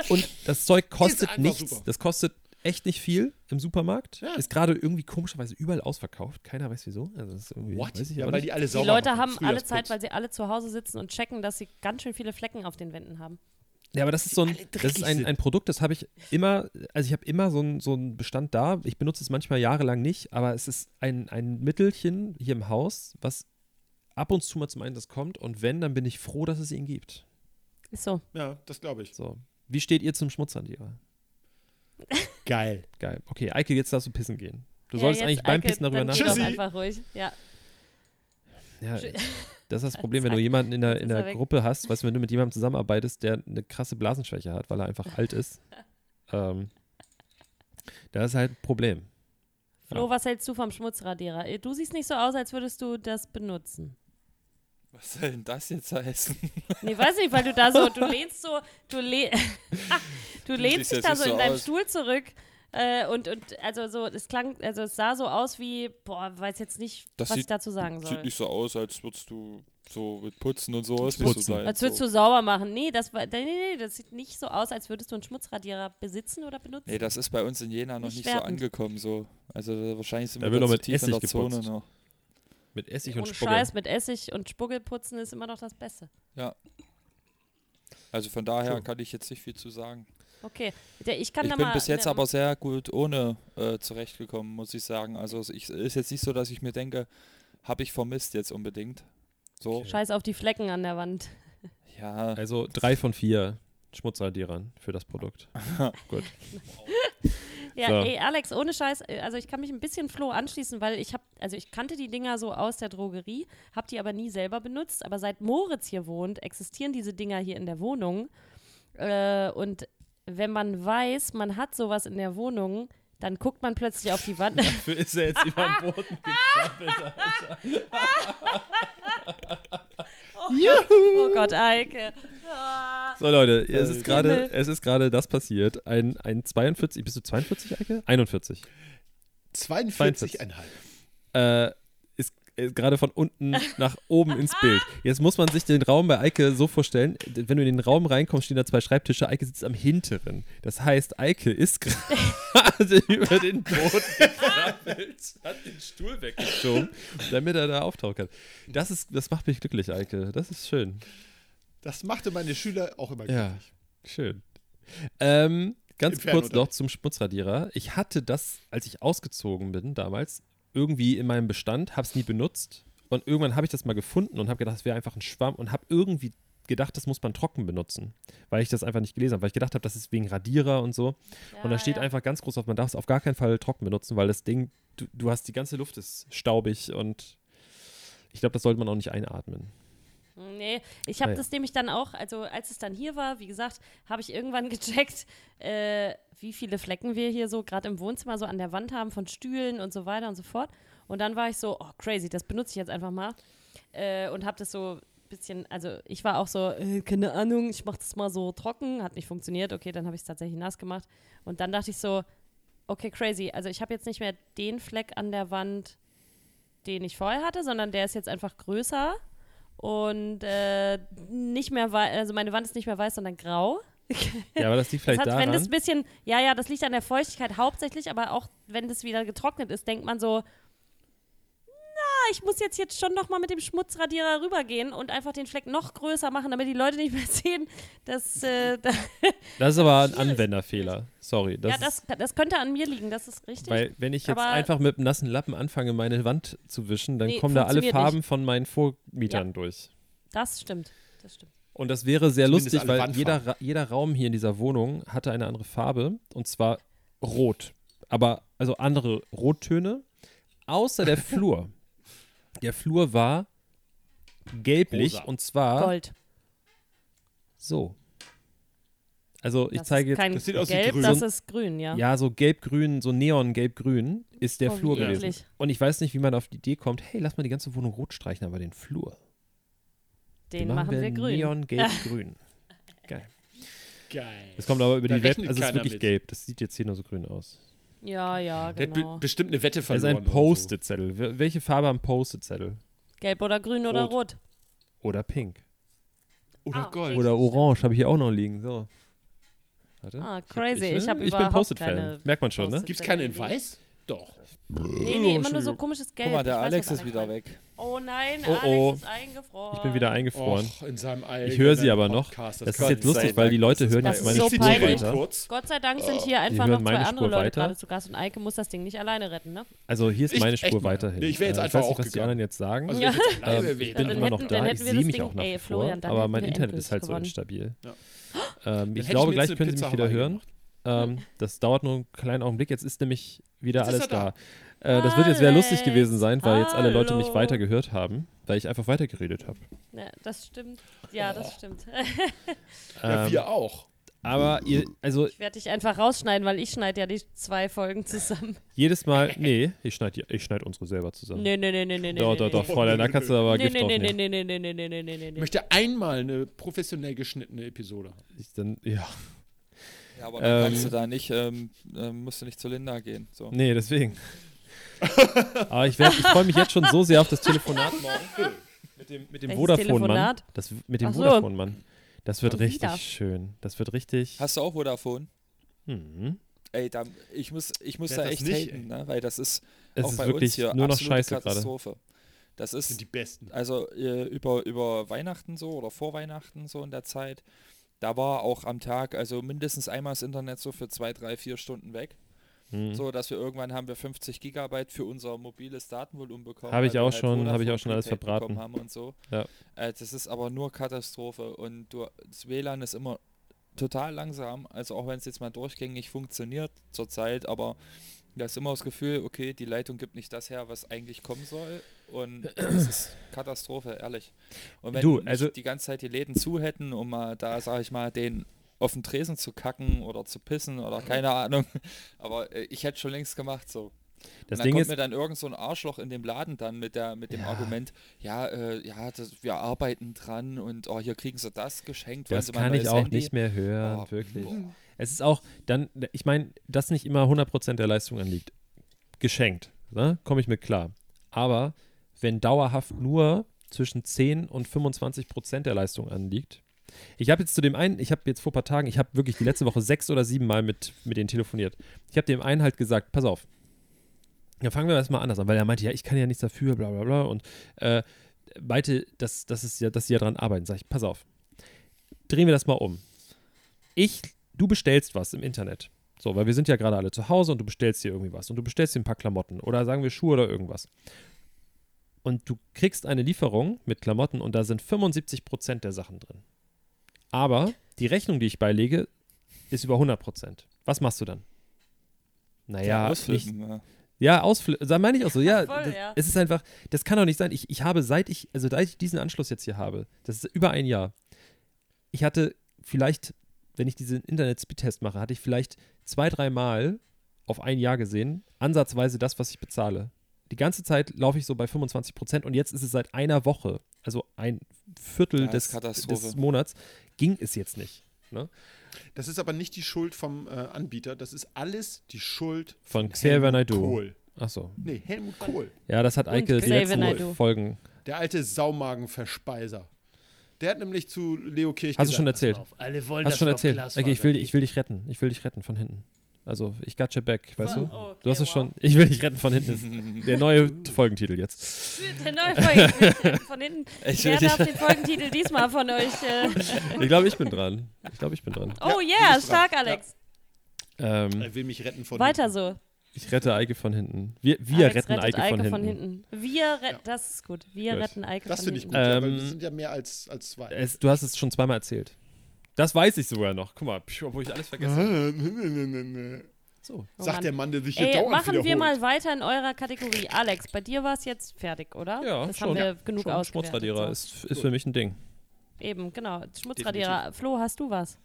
Und das Zeug kostet einfach nichts. super. Das kostet echt nicht viel im Supermarkt. Ja. Ist gerade irgendwie komischerweise überall ausverkauft. Keiner weiß wieso. Also das ist irgendwie, Weiß ich Ja, aber weil nicht. die alle Die sauber Leute machen. haben alle Frühjahrsputz. Zeit, weil sie alle zu Hause sitzen und checken, dass sie ganz schön viele Flecken auf den Wänden haben. Ja, aber das ist so ein, das ist ein, ein Produkt, das habe ich immer, also ich habe immer so einen so einen Bestand da. Ich benutze es manchmal jahrelang nicht, aber es ist ein, ein Mittelchen hier im Haus, was ab und zu mal zum Einsatz kommt und wenn, dann bin ich froh, dass es ihn gibt. Ist so. Ja, das glaube ich. So. Wie steht ihr zum Schmutzradierer? Geil. Geil. Okay, Eike, jetzt darfst du pissen gehen. Du ja, solltest jetzt, eigentlich beim Eike, Pissen darüber dann geh doch nachdenken. Tschüssi. einfach ruhig. Ja. Ja, Tschü- (laughs) das (laughs) ist das Problem, wenn du Zack. jemanden in der, Jetzt in ist er der weg. Gruppe hast, weißt du, wenn du mit jemandem zusammenarbeitest, der eine krasse Blasenschwäche hat, weil er einfach alt (laughs) ist. ähm, das ist halt ein Problem. Flo, was hältst du vom Schmutzradierer? Äh, Du siehst nicht so aus, als würdest du das benutzen. Was soll denn das jetzt heißen? Nee, weiß nicht, weil du da so, du lehnst so, (laughs) du, leh du lehnst siehst dich jetzt da nicht so so in deinem aus. Stuhl zurück. Äh, und, und also so, es klang, also es sah so aus wie, boah, weiß jetzt nicht, Das was sieht- ich dazu sagen Sieht soll. nicht so aus, als würdest du so mit Putzen und so. Ist nicht so Putzen. sein. Als würdest du sauber machen. Nee, das war, nee, nee, nee, das sieht nicht so aus, als würdest du einen Schmutzradierer besitzen oder benutzen. Nee, das ist bei uns in Jena noch Nicht nicht, so wertend. angekommen so. Also da- wahrscheinlich sind Da wir wird da noch zu mit tief in Essig der Zone geputzt. noch. Mit Essig und Ohne Spucke. Scheiß mit Essig und Spuggelputzen ist immer noch das Beste. Also von daher True. kann ich jetzt nicht viel zu sagen. Okay, der, ich kann ich da bin mal. bis jetzt ne, aber sehr gut ohne äh, zurechtgekommen, muss ich sagen. Also es ich, ist jetzt nicht so, dass ich mir denke, habe ich vermisst jetzt unbedingt. So, Scheiß auf die Flecken an der Wand. ja. Also drei von vier Schmutzradierern für das Produkt. Gut. Ja, So. ey, Alex, ohne Scheiß, äh, also ich kann mich ein bisschen Flo anschließen, weil ich habe, also ich kannte die Dinger so aus der Drogerie, habe die aber nie selber benutzt. Aber seit Moritz hier wohnt, existieren diese Dinger hier in der Wohnung. Äh, und wenn man weiß, man hat sowas in der Wohnung, dann guckt man plötzlich auf die (laughs) Wand. (laughs) Dafür ist er jetzt über den Boden gekrabbelt. oh Gott, Eike. Ah. So Leute, es ist gerade, Himmel. es ist gerade das passiert. Ein, ein 42, bist du 42, Eike? 41. 42,5. Äh, ist äh, gerade von unten nach oben ins Bild. Jetzt muss man sich den Raum bei Eike so vorstellen, wenn du in den Raum reinkommst, stehen da zwei Schreibtische, Eike sitzt am hinteren. Das heißt, Eike ist (laughs) gerade über den Boden gekrabbelt, hat den Stuhl weggeschoben, damit er da auftauchen kann. Das, ist, das macht mich glücklich, Eike. Das ist schön. Das machte meine Schüler auch immer Ja, schön. Ähm, ganz Inferno kurz dann. noch zum Schmutzradierer. Ich hatte das, als ich ausgezogen bin damals, irgendwie in meinem Bestand, hab's nie benutzt. Und irgendwann habe ich das mal gefunden und habe gedacht, es wäre einfach ein Schwamm und habe irgendwie gedacht, das muss man trocken benutzen, weil ich das einfach nicht gelesen habe, weil ich gedacht habe, das ist wegen Radierer und so. Ah, und da steht einfach ganz groß auf, man darf es auf gar keinen Fall trocken benutzen, weil das Ding, du, du hast die ganze Luft ist staubig und ich glaube, das sollte man auch nicht einatmen. Nee, ich habe Ah, ja. das nämlich dann auch, also als es dann hier war, wie gesagt, habe ich irgendwann (laughs) gecheckt, äh, wie viele Flecken wir hier so gerade im Wohnzimmer so an der Wand haben von Stühlen und so weiter und so fort. Und dann war ich so, oh crazy, das benutze ich jetzt einfach mal äh, und habe das so ein bisschen, also ich war auch so, äh, keine Ahnung, ich mache das mal so trocken, hat nicht funktioniert, okay, dann habe ich es tatsächlich nass gemacht. Und dann dachte ich so, okay, crazy, also ich habe jetzt nicht mehr den Fleck an der Wand, den ich vorher hatte, sondern der ist jetzt einfach größer und äh, nicht mehr weiß, also meine Wand ist nicht mehr weiß, sondern grau. Ja, aber das liegt Das vielleicht hat, wenn daran. das ein bisschen, ja, ja, das liegt an der Feuchtigkeit hauptsächlich, aber auch wenn das wieder getrocknet ist, denkt man so, na, ich muss jetzt jetzt schon nochmal mit dem Schmutzradierer rübergehen und einfach den Fleck noch größer machen, damit die Leute nicht mehr (laughs) sehen, dass, äh, da, Das ist aber ein Anwenderfehler. Sorry. Das ja, ist- das, das könnte an mir liegen, das ist richtig. Weil wenn ich jetzt Aber- einfach mit einem nassen Lappen anfange, meine Wand zu wischen, dann Nee, kommen da alle funktioniert Farben von meinen Vormietern durch. das stimmt, das stimmt. Und das wäre sehr Zumindest lustig, alle weil Wandfarben. jeder, Ra- jeder Raum hier in dieser Wohnung hatte eine andere Farbe und zwar rot. Aber also andere Rottöne, außer (laughs) der Flur. Der Flur war gelblich Rosa. und zwar Gold. so. Also ich das zeige ist jetzt kein Das sieht aus wie Gelb, grün. das ist grün, ja. Ja, so gelb-grün, so neon-gelb-grün ist der Oh, wie Flur gewesen. eklig. Und ich weiß nicht, wie man auf die Idee kommt, hey, lass mal die ganze Wohnung rot streichen, aber den Flur, Den machen wir, grün. (laughs) neon-gelb-grün. Geil. Geil. Das kommt aber über Da die Wette, rechnet also es ist keiner wirklich mit. gelb. Das sieht jetzt hier nur so grün aus. Ja, ja, Der hat genau. be- bestimmt eine Wette Das ist ein verloren. Post-it-Zettel. Wel- Welche Farbe am Post-it-Zettel? Gelb oder grün oder Rot. rot. Oder pink. Oder, so. Ah, oder Gold. Oder orange, habe ich hier auch noch liegen. So. Warte. Ah, crazy. Ich, hab ne? ich bin überhaupt Post-it-Fan. keine... Merkt man schon, ne? Post-it. Gibt es keine in Weiß? Doch. Nee, nee, immer nur so komisches Gelb. Guck mal, der Ich weiß, Alex was ist wieder meint. weg. Oh nein, Oh, oh. Alex ist eingefroren. Ich bin wieder eingefroren. Och, in seinem Ich höre sie eigenen aber noch. Podcast. Das ist kann jetzt nicht lustig, sein. weil die Leute hören jetzt Das ist meine so Spur peinlich. weiter. Kurz. Gott sei Dank sind hier einfach Die noch hören zwei meine andere Spur Leute weiter. gerade zu Gast und Eike muss das Ding nicht alleine retten, ne? Also hier ist Ich- meine echt Spur mal. weiterhin. Nee, ich wär jetzt Äh, einfach weiß nicht, was die aufgegangen. anderen jetzt sagen. Also, Ja. wenn ich jetzt alleine Ähm, wäre, ich bin Dann immer noch hätten- da, dann ich hätten wir sehe das mich Ding- auch nach wie ey, vor, Florian, dann aber hätten mein wir Internet endlich ist halt so gewonnen. instabil. Ja. Ähm, ich hätte glaube, ich mir gleich jetzt können eine Sie mich Pizza wieder Hawaii hören. Ähm, das dauert nur einen kleinen Augenblick, jetzt ist nämlich wieder Jetzt ist alles da. er Äh, das wird jetzt sehr lustig Alex, gewesen sein, weil jetzt alle Leute mich hallo. weitergehört haben, weil ich einfach weitergeredet habe. Ja, das stimmt. Ja, das stimmt. (laughs) ja, Ähm, wir auch. aber ihr, also Ich werde dich einfach rausschneiden, weil ich schneide ja die zwei Folgen zusammen. jedes (laughs) Mal, nee, ich schneide ich schneid unsere selber zusammen. Nee, nee, nee, nee, nee. Oh. doch, nee, doch, doch, nee. Fräulein, da kannst du aber Nee, Gift nee, nee, draufnehmen. nee, nee, nee, nee, nee, nee, nee, nee, Ich nee. möchte einmal eine professionell geschnittene Episode haben. Ich dann, ja. Ja, aber dann Ähm. kannst du da nicht, ähm, äh, musst du nicht zu Linda gehen. So. Nee, deswegen. (laughs) Aber ich, werd- ich freue mich jetzt schon so sehr auf das Telefonat morgen. Mit dem, mit dem Welches Vodafone-Mann. Telefonat? Das- Mit dem Ach so. Vodafone-Mann. Das wird Schon richtig wieder. schön. Das wird richtig. Hast du auch Vodafone? Mhm. Ey, da, ich muss, ich muss Wer da hat das echt nicht, haten, ne? weil das ist Es auch ist bei uns wirklich hier nur noch absolute scheiße gerade. Katastrophe. Das Das sind ist die besten. also äh, über, über Weihnachten so oder vor Weihnachten so in der Zeit, da war auch am Tag, also mindestens einmal das Internet so für zwei, drei, vier Stunden weg. Mhm. So, dass wir irgendwann haben wir 50 Gigabyte für unser mobiles Datenvolumen bekommen. Hab ich weil wir halt auch schon- hab ich Vodafone auch schon alles Prepaid verbraten. bekommen Haben und so. Ja. Äh, das ist aber nur Katastrophe und du, das WLAN ist immer total langsam, also auch wenn es jetzt mal durchgängig funktioniert zurzeit, aber da ist immer das Gefühl, okay, die Leitung gibt nicht das her, was eigentlich kommen soll (clears throat) und das ist Katastrophe, ehrlich. Und wenn Du, nicht also- die ganze Zeit die Läden zu hätten, um mal da, sag ich mal, den auf den Tresen zu kacken oder zu pissen oder keine Ahnung, (laughs) aber äh, ich hätte schon längst gemacht so. Das und dann Ding kommt ist- mir dann irgend so ein Arschloch in dem Laden dann mit der mit dem Ja. Argument, ja, äh, ja, das, wir arbeiten dran und oh, hier kriegen sie das geschenkt, wollen Das sie mal ein kann ich neues auch Handy? nicht mehr hören, Oh, wirklich. boah. Es ist auch dann, ich meine, dass nicht immer 100% der Leistung anliegt. geschenkt. Ne? Komme ich mit klar. Aber wenn dauerhaft nur zwischen 10 und 25 Prozent der Leistung anliegt, ich habe jetzt zu dem einen, ich habe jetzt vor ein paar Tagen, ich habe wirklich die letzte Woche sechs oder sieben Mal mit, mit denen telefoniert. Ich habe dem einen halt gesagt, pass auf, dann fangen wir erstmal anders an, weil er meinte, ja, ich kann ja nichts dafür, bla bla bla. Und äh, meinte, dass, dass, es ja, dass sie ja dran arbeiten. Sag ich, pass auf, drehen wir das mal um. Ich, du bestellst was im Internet. So, weil wir sind ja gerade alle zu Hause und du bestellst dir irgendwie was und du bestellst dir ein paar Klamotten oder sagen wir Schuhe oder irgendwas. Und du kriegst eine Lieferung mit Klamotten und da sind 75% der Sachen drin. Aber die Rechnung, die ich beilege, ist über 100%. Was machst du dann? Naja, ausflippen, ich, ja. ja, ausflippen. Da meine ich auch so. Ja, Ja, (laughs) voll, das, ja. es ist einfach, das kann doch nicht sein. Ich, ich habe seit ich, also seit ich diesen Anschluss jetzt hier habe, das ist über ein Jahr, ich hatte vielleicht, wenn ich diesen Internet-Speedtest mache, hatte ich vielleicht zwei, dreimal auf ein Jahr gesehen, ansatzweise das, was ich bezahle. Die ganze Zeit laufe ich so bei 25 Prozent und jetzt ist es seit einer Woche, also ein Viertel Ja, ist des, Katastrophe. des Monats, ging es jetzt nicht. Ne? Das ist aber nicht die Schuld vom äh, Anbieter, das ist alles die Schuld Von Xavier Naidoo. Kohl. Achso. Nee, Helmut Kohl. Ja, das hat Eike die Xavier letzten Naidoo. Folgen. Der alte Saumagenverspeiser. Der hat nämlich zu Leo Kirch Hast du schon gesagt, erzählt? Auf. Alle wollen Hast das schon doch erzählt. Glas Okay, ich will, war, ich will dich retten. Ich will dich retten von hinten. Also, ich got your back, weißt du? Oh, okay, Du hast es wow. schon. Ich will dich retten von hinten. Der neue (laughs) Folgentitel jetzt. Der neue (laughs) Folge von hinten. Ich Wer will darf dich- den Folgentitel diesmal von euch? Äh, Ich glaube, ich bin dran. Ich glaube, ich bin dran. oh du yeah, bist dran. stark, Alex. Ähm, Er will mich retten von Weiter so. ich rette Eike von hinten. Wir, wir Alex retten rettet Eike, von, hinten. Wir retten, das ist gut. Wir Gut. retten Eike Das von finde ich hinten. gut, ja, weil Ähm, wir sind ja mehr als, als zwei. Es, du hast es schon zweimal erzählt. Das weiß ich sogar noch. Guck mal, psch, obwohl ich alles vergessen habe. So. Oh Sagt Mann. der Mann, der sich hier Ey, dauernd machen wir wiederholt. mal weiter in eurer Kategorie. Alex, bei dir war es jetzt fertig, oder? Ja, das schon. haben wir genug schon ausgewertet. Schmutzradierer so. ist, ist für mich ein Ding. Eben, genau. Schmutzradierer. Flo, hast du was?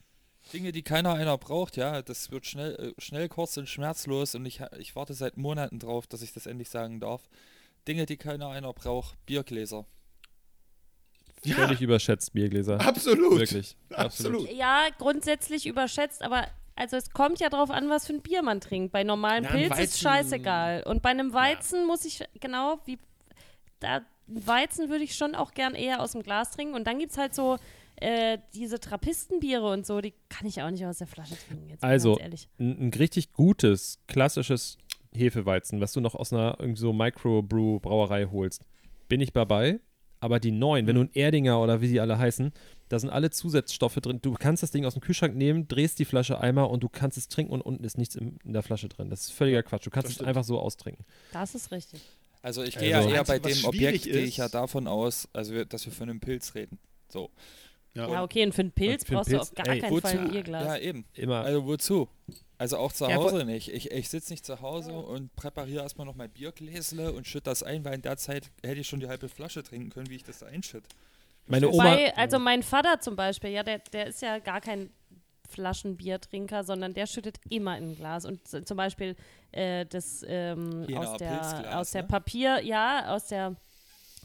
Dinge, die keiner einer braucht, ja, das wird schnell, äh, schnell kurz und schmerzlos und ich, ha- ich warte seit Monaten drauf, dass ich das endlich sagen darf. Dinge, die keiner einer braucht, Biergläser. Völlig überschätzt, Biergläser. Absolut. Wirklich. Absolut. Absolut. Ja, grundsätzlich überschätzt, aber also es kommt ja drauf an, was für ein Bier man trinkt. Bei normalen Na, ein Pilz ist Weizen- scheißegal. Und bei einem Weizen muss ich, genau wie da, einen Weizen würde ich schon auch gern eher aus dem Glas trinken. Und dann gibt es halt so äh, diese Trappistenbiere und so, die kann ich auch nicht aus der Flasche trinken. Jetzt mal Also, ganz ehrlich. ein, ein richtig gutes, klassisches Hefeweizen, was du noch aus einer irgendwie so Microbrew-Brauerei holst, bin ich dabei. Aber die neuen, wenn Mhm. du ein Erdinger oder wie sie alle heißen, da sind alle Zusatzstoffe drin. Du kannst das Ding aus dem Kühlschrank nehmen, drehst die Flasche einmal und du kannst es trinken und unten ist nichts im, in der Flasche drin. Das ist völliger Quatsch. Du kannst das es stimmt. einfach so austrinken. Das ist richtig. Also ich gehe Also- ja eher bei Einzige, was dem schwierig Objekt, gehe ich ist- ja davon aus, also wir, dass wir von einem Pilz reden. So. Ja. Ja, okay, und für einen Pilz für einen brauchst Pilz- du auf gar ey, keinen Fall ein Bierglas. Ja, eben. Immer. Also wozu? Also auch zu Ja, wo- Hause nicht. Ich, ich sitze nicht zu Hause und präpariere erstmal noch mein Biergläsle und schütte das ein, weil in der Zeit hätte ich schon die halbe Flasche trinken können, wie ich das da einschütte. meine Oma. Wobei, also mein Vater zum Beispiel, ja, der, der ist ja gar kein Flaschenbiertrinker, sondern der schüttet immer in ein Glas. Und z- zum Beispiel äh, das ähm, Hier aus, ein der, Pilzglas, aus der ne? Papier, ja, aus der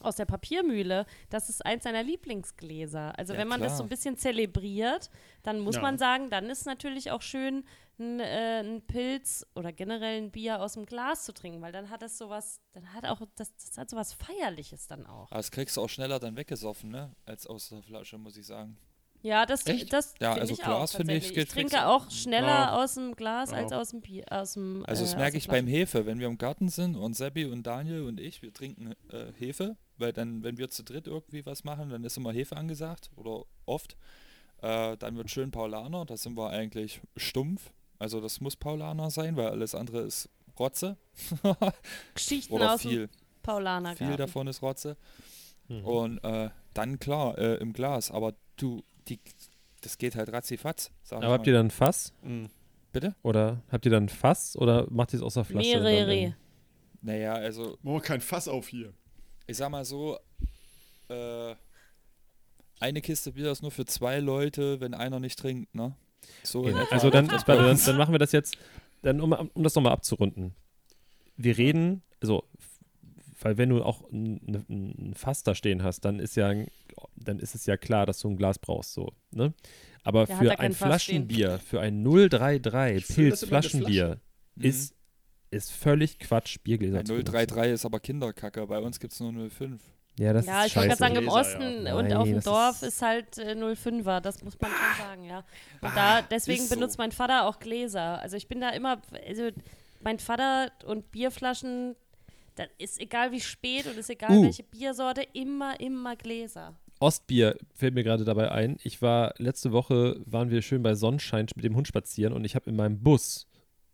aus der Papiermühle, das ist eins seiner Lieblingsgläser. Also Ja, wenn man das klar. so ein bisschen zelebriert, dann muss Ja. man sagen, dann ist natürlich auch schön, ein, äh, ein Pilz oder generell ein Bier aus dem Glas zu trinken, weil dann hat das sowas, dann hat auch, das, das hat sowas Feierliches dann auch. Aber das kriegst du auch schneller dann weggesoffen, ne? Als aus der Flasche, muss ich sagen. Ja, das, Echt? das Ja, finde also ich Glas auch finde ich, tatsächlich. geht Ich trinke fix. auch schneller Ja. aus dem Glas Ja. als aus dem Bier. Aus dem, Genau. Also das äh, merke aus ich dem beim Hefe. Wenn wir im Garten sind und Seppi und Daniel und ich, wir trinken äh, Hefe, weil dann, wenn wir zu dritt irgendwie was machen, dann ist immer Hefe angesagt oder oft. Äh, dann wird schön Paulaner, da sind wir eigentlich stumpf. Also das muss Paulaner sein, weil alles andere ist Rotze. (laughs) Glas. Geschichten oder aus dem viel, Paulaner viel davon ist Rotze. Mhm. Und äh, dann klar, äh, im Glas. Aber du, die, das geht halt ratzifatz. sag ich Aber habt mal. ihr dann ein Fass? Mhm. Bitte? Oder habt ihr dann ein Fass oder macht ihr es aus der Flasche? und dann Mehrere. Naja, also Machen wir kein Fass auf hier. ich sag mal so, äh, eine Kiste Bier ist nur für zwei Leute, wenn einer nicht trinkt, ne? So in Okay. etwa Also dann, läuft das bei warte, (laughs) dann, uns. dann machen wir das jetzt, dann um, um das nochmal abzurunden. Wir reden, also, weil wenn du auch ein, ein ein Fass da stehen hast, dann ist ja, ein- dann ist es ja klar, dass du ein Glas brauchst, so, ne? Aber Der hat da für kein ein Fass stehen. Flaschenbier, für ein 033 Ich fülle das Pilz Mhm. immer in eine Flasche. Flaschenbier ist ist völlig Quatsch, Biergläser Ja, zu benutzen. 033 ist aber Kinderkacke, bei uns gibt es nur 05. Ja, das ja, ist ich scheiße. wollte gerade sagen, im Leser, Osten ja. und Nein, auf dem das Dorf ist- ist halt äh, 05er, das muss man schon sagen, ja. Und da, deswegen Ah, ist so. benutzt mein Vater auch Gläser. Also ich bin da immer, also mein Vater und Bierflaschen, das ist egal wie spät und ist egal Uh. welche Biersorte, immer, immer Gläser. Ostbier fällt mir gerade dabei ein. Ich war letzte Woche, waren wir schön bei Sonnenschein mit dem Hund spazieren und ich habe in meinem Bus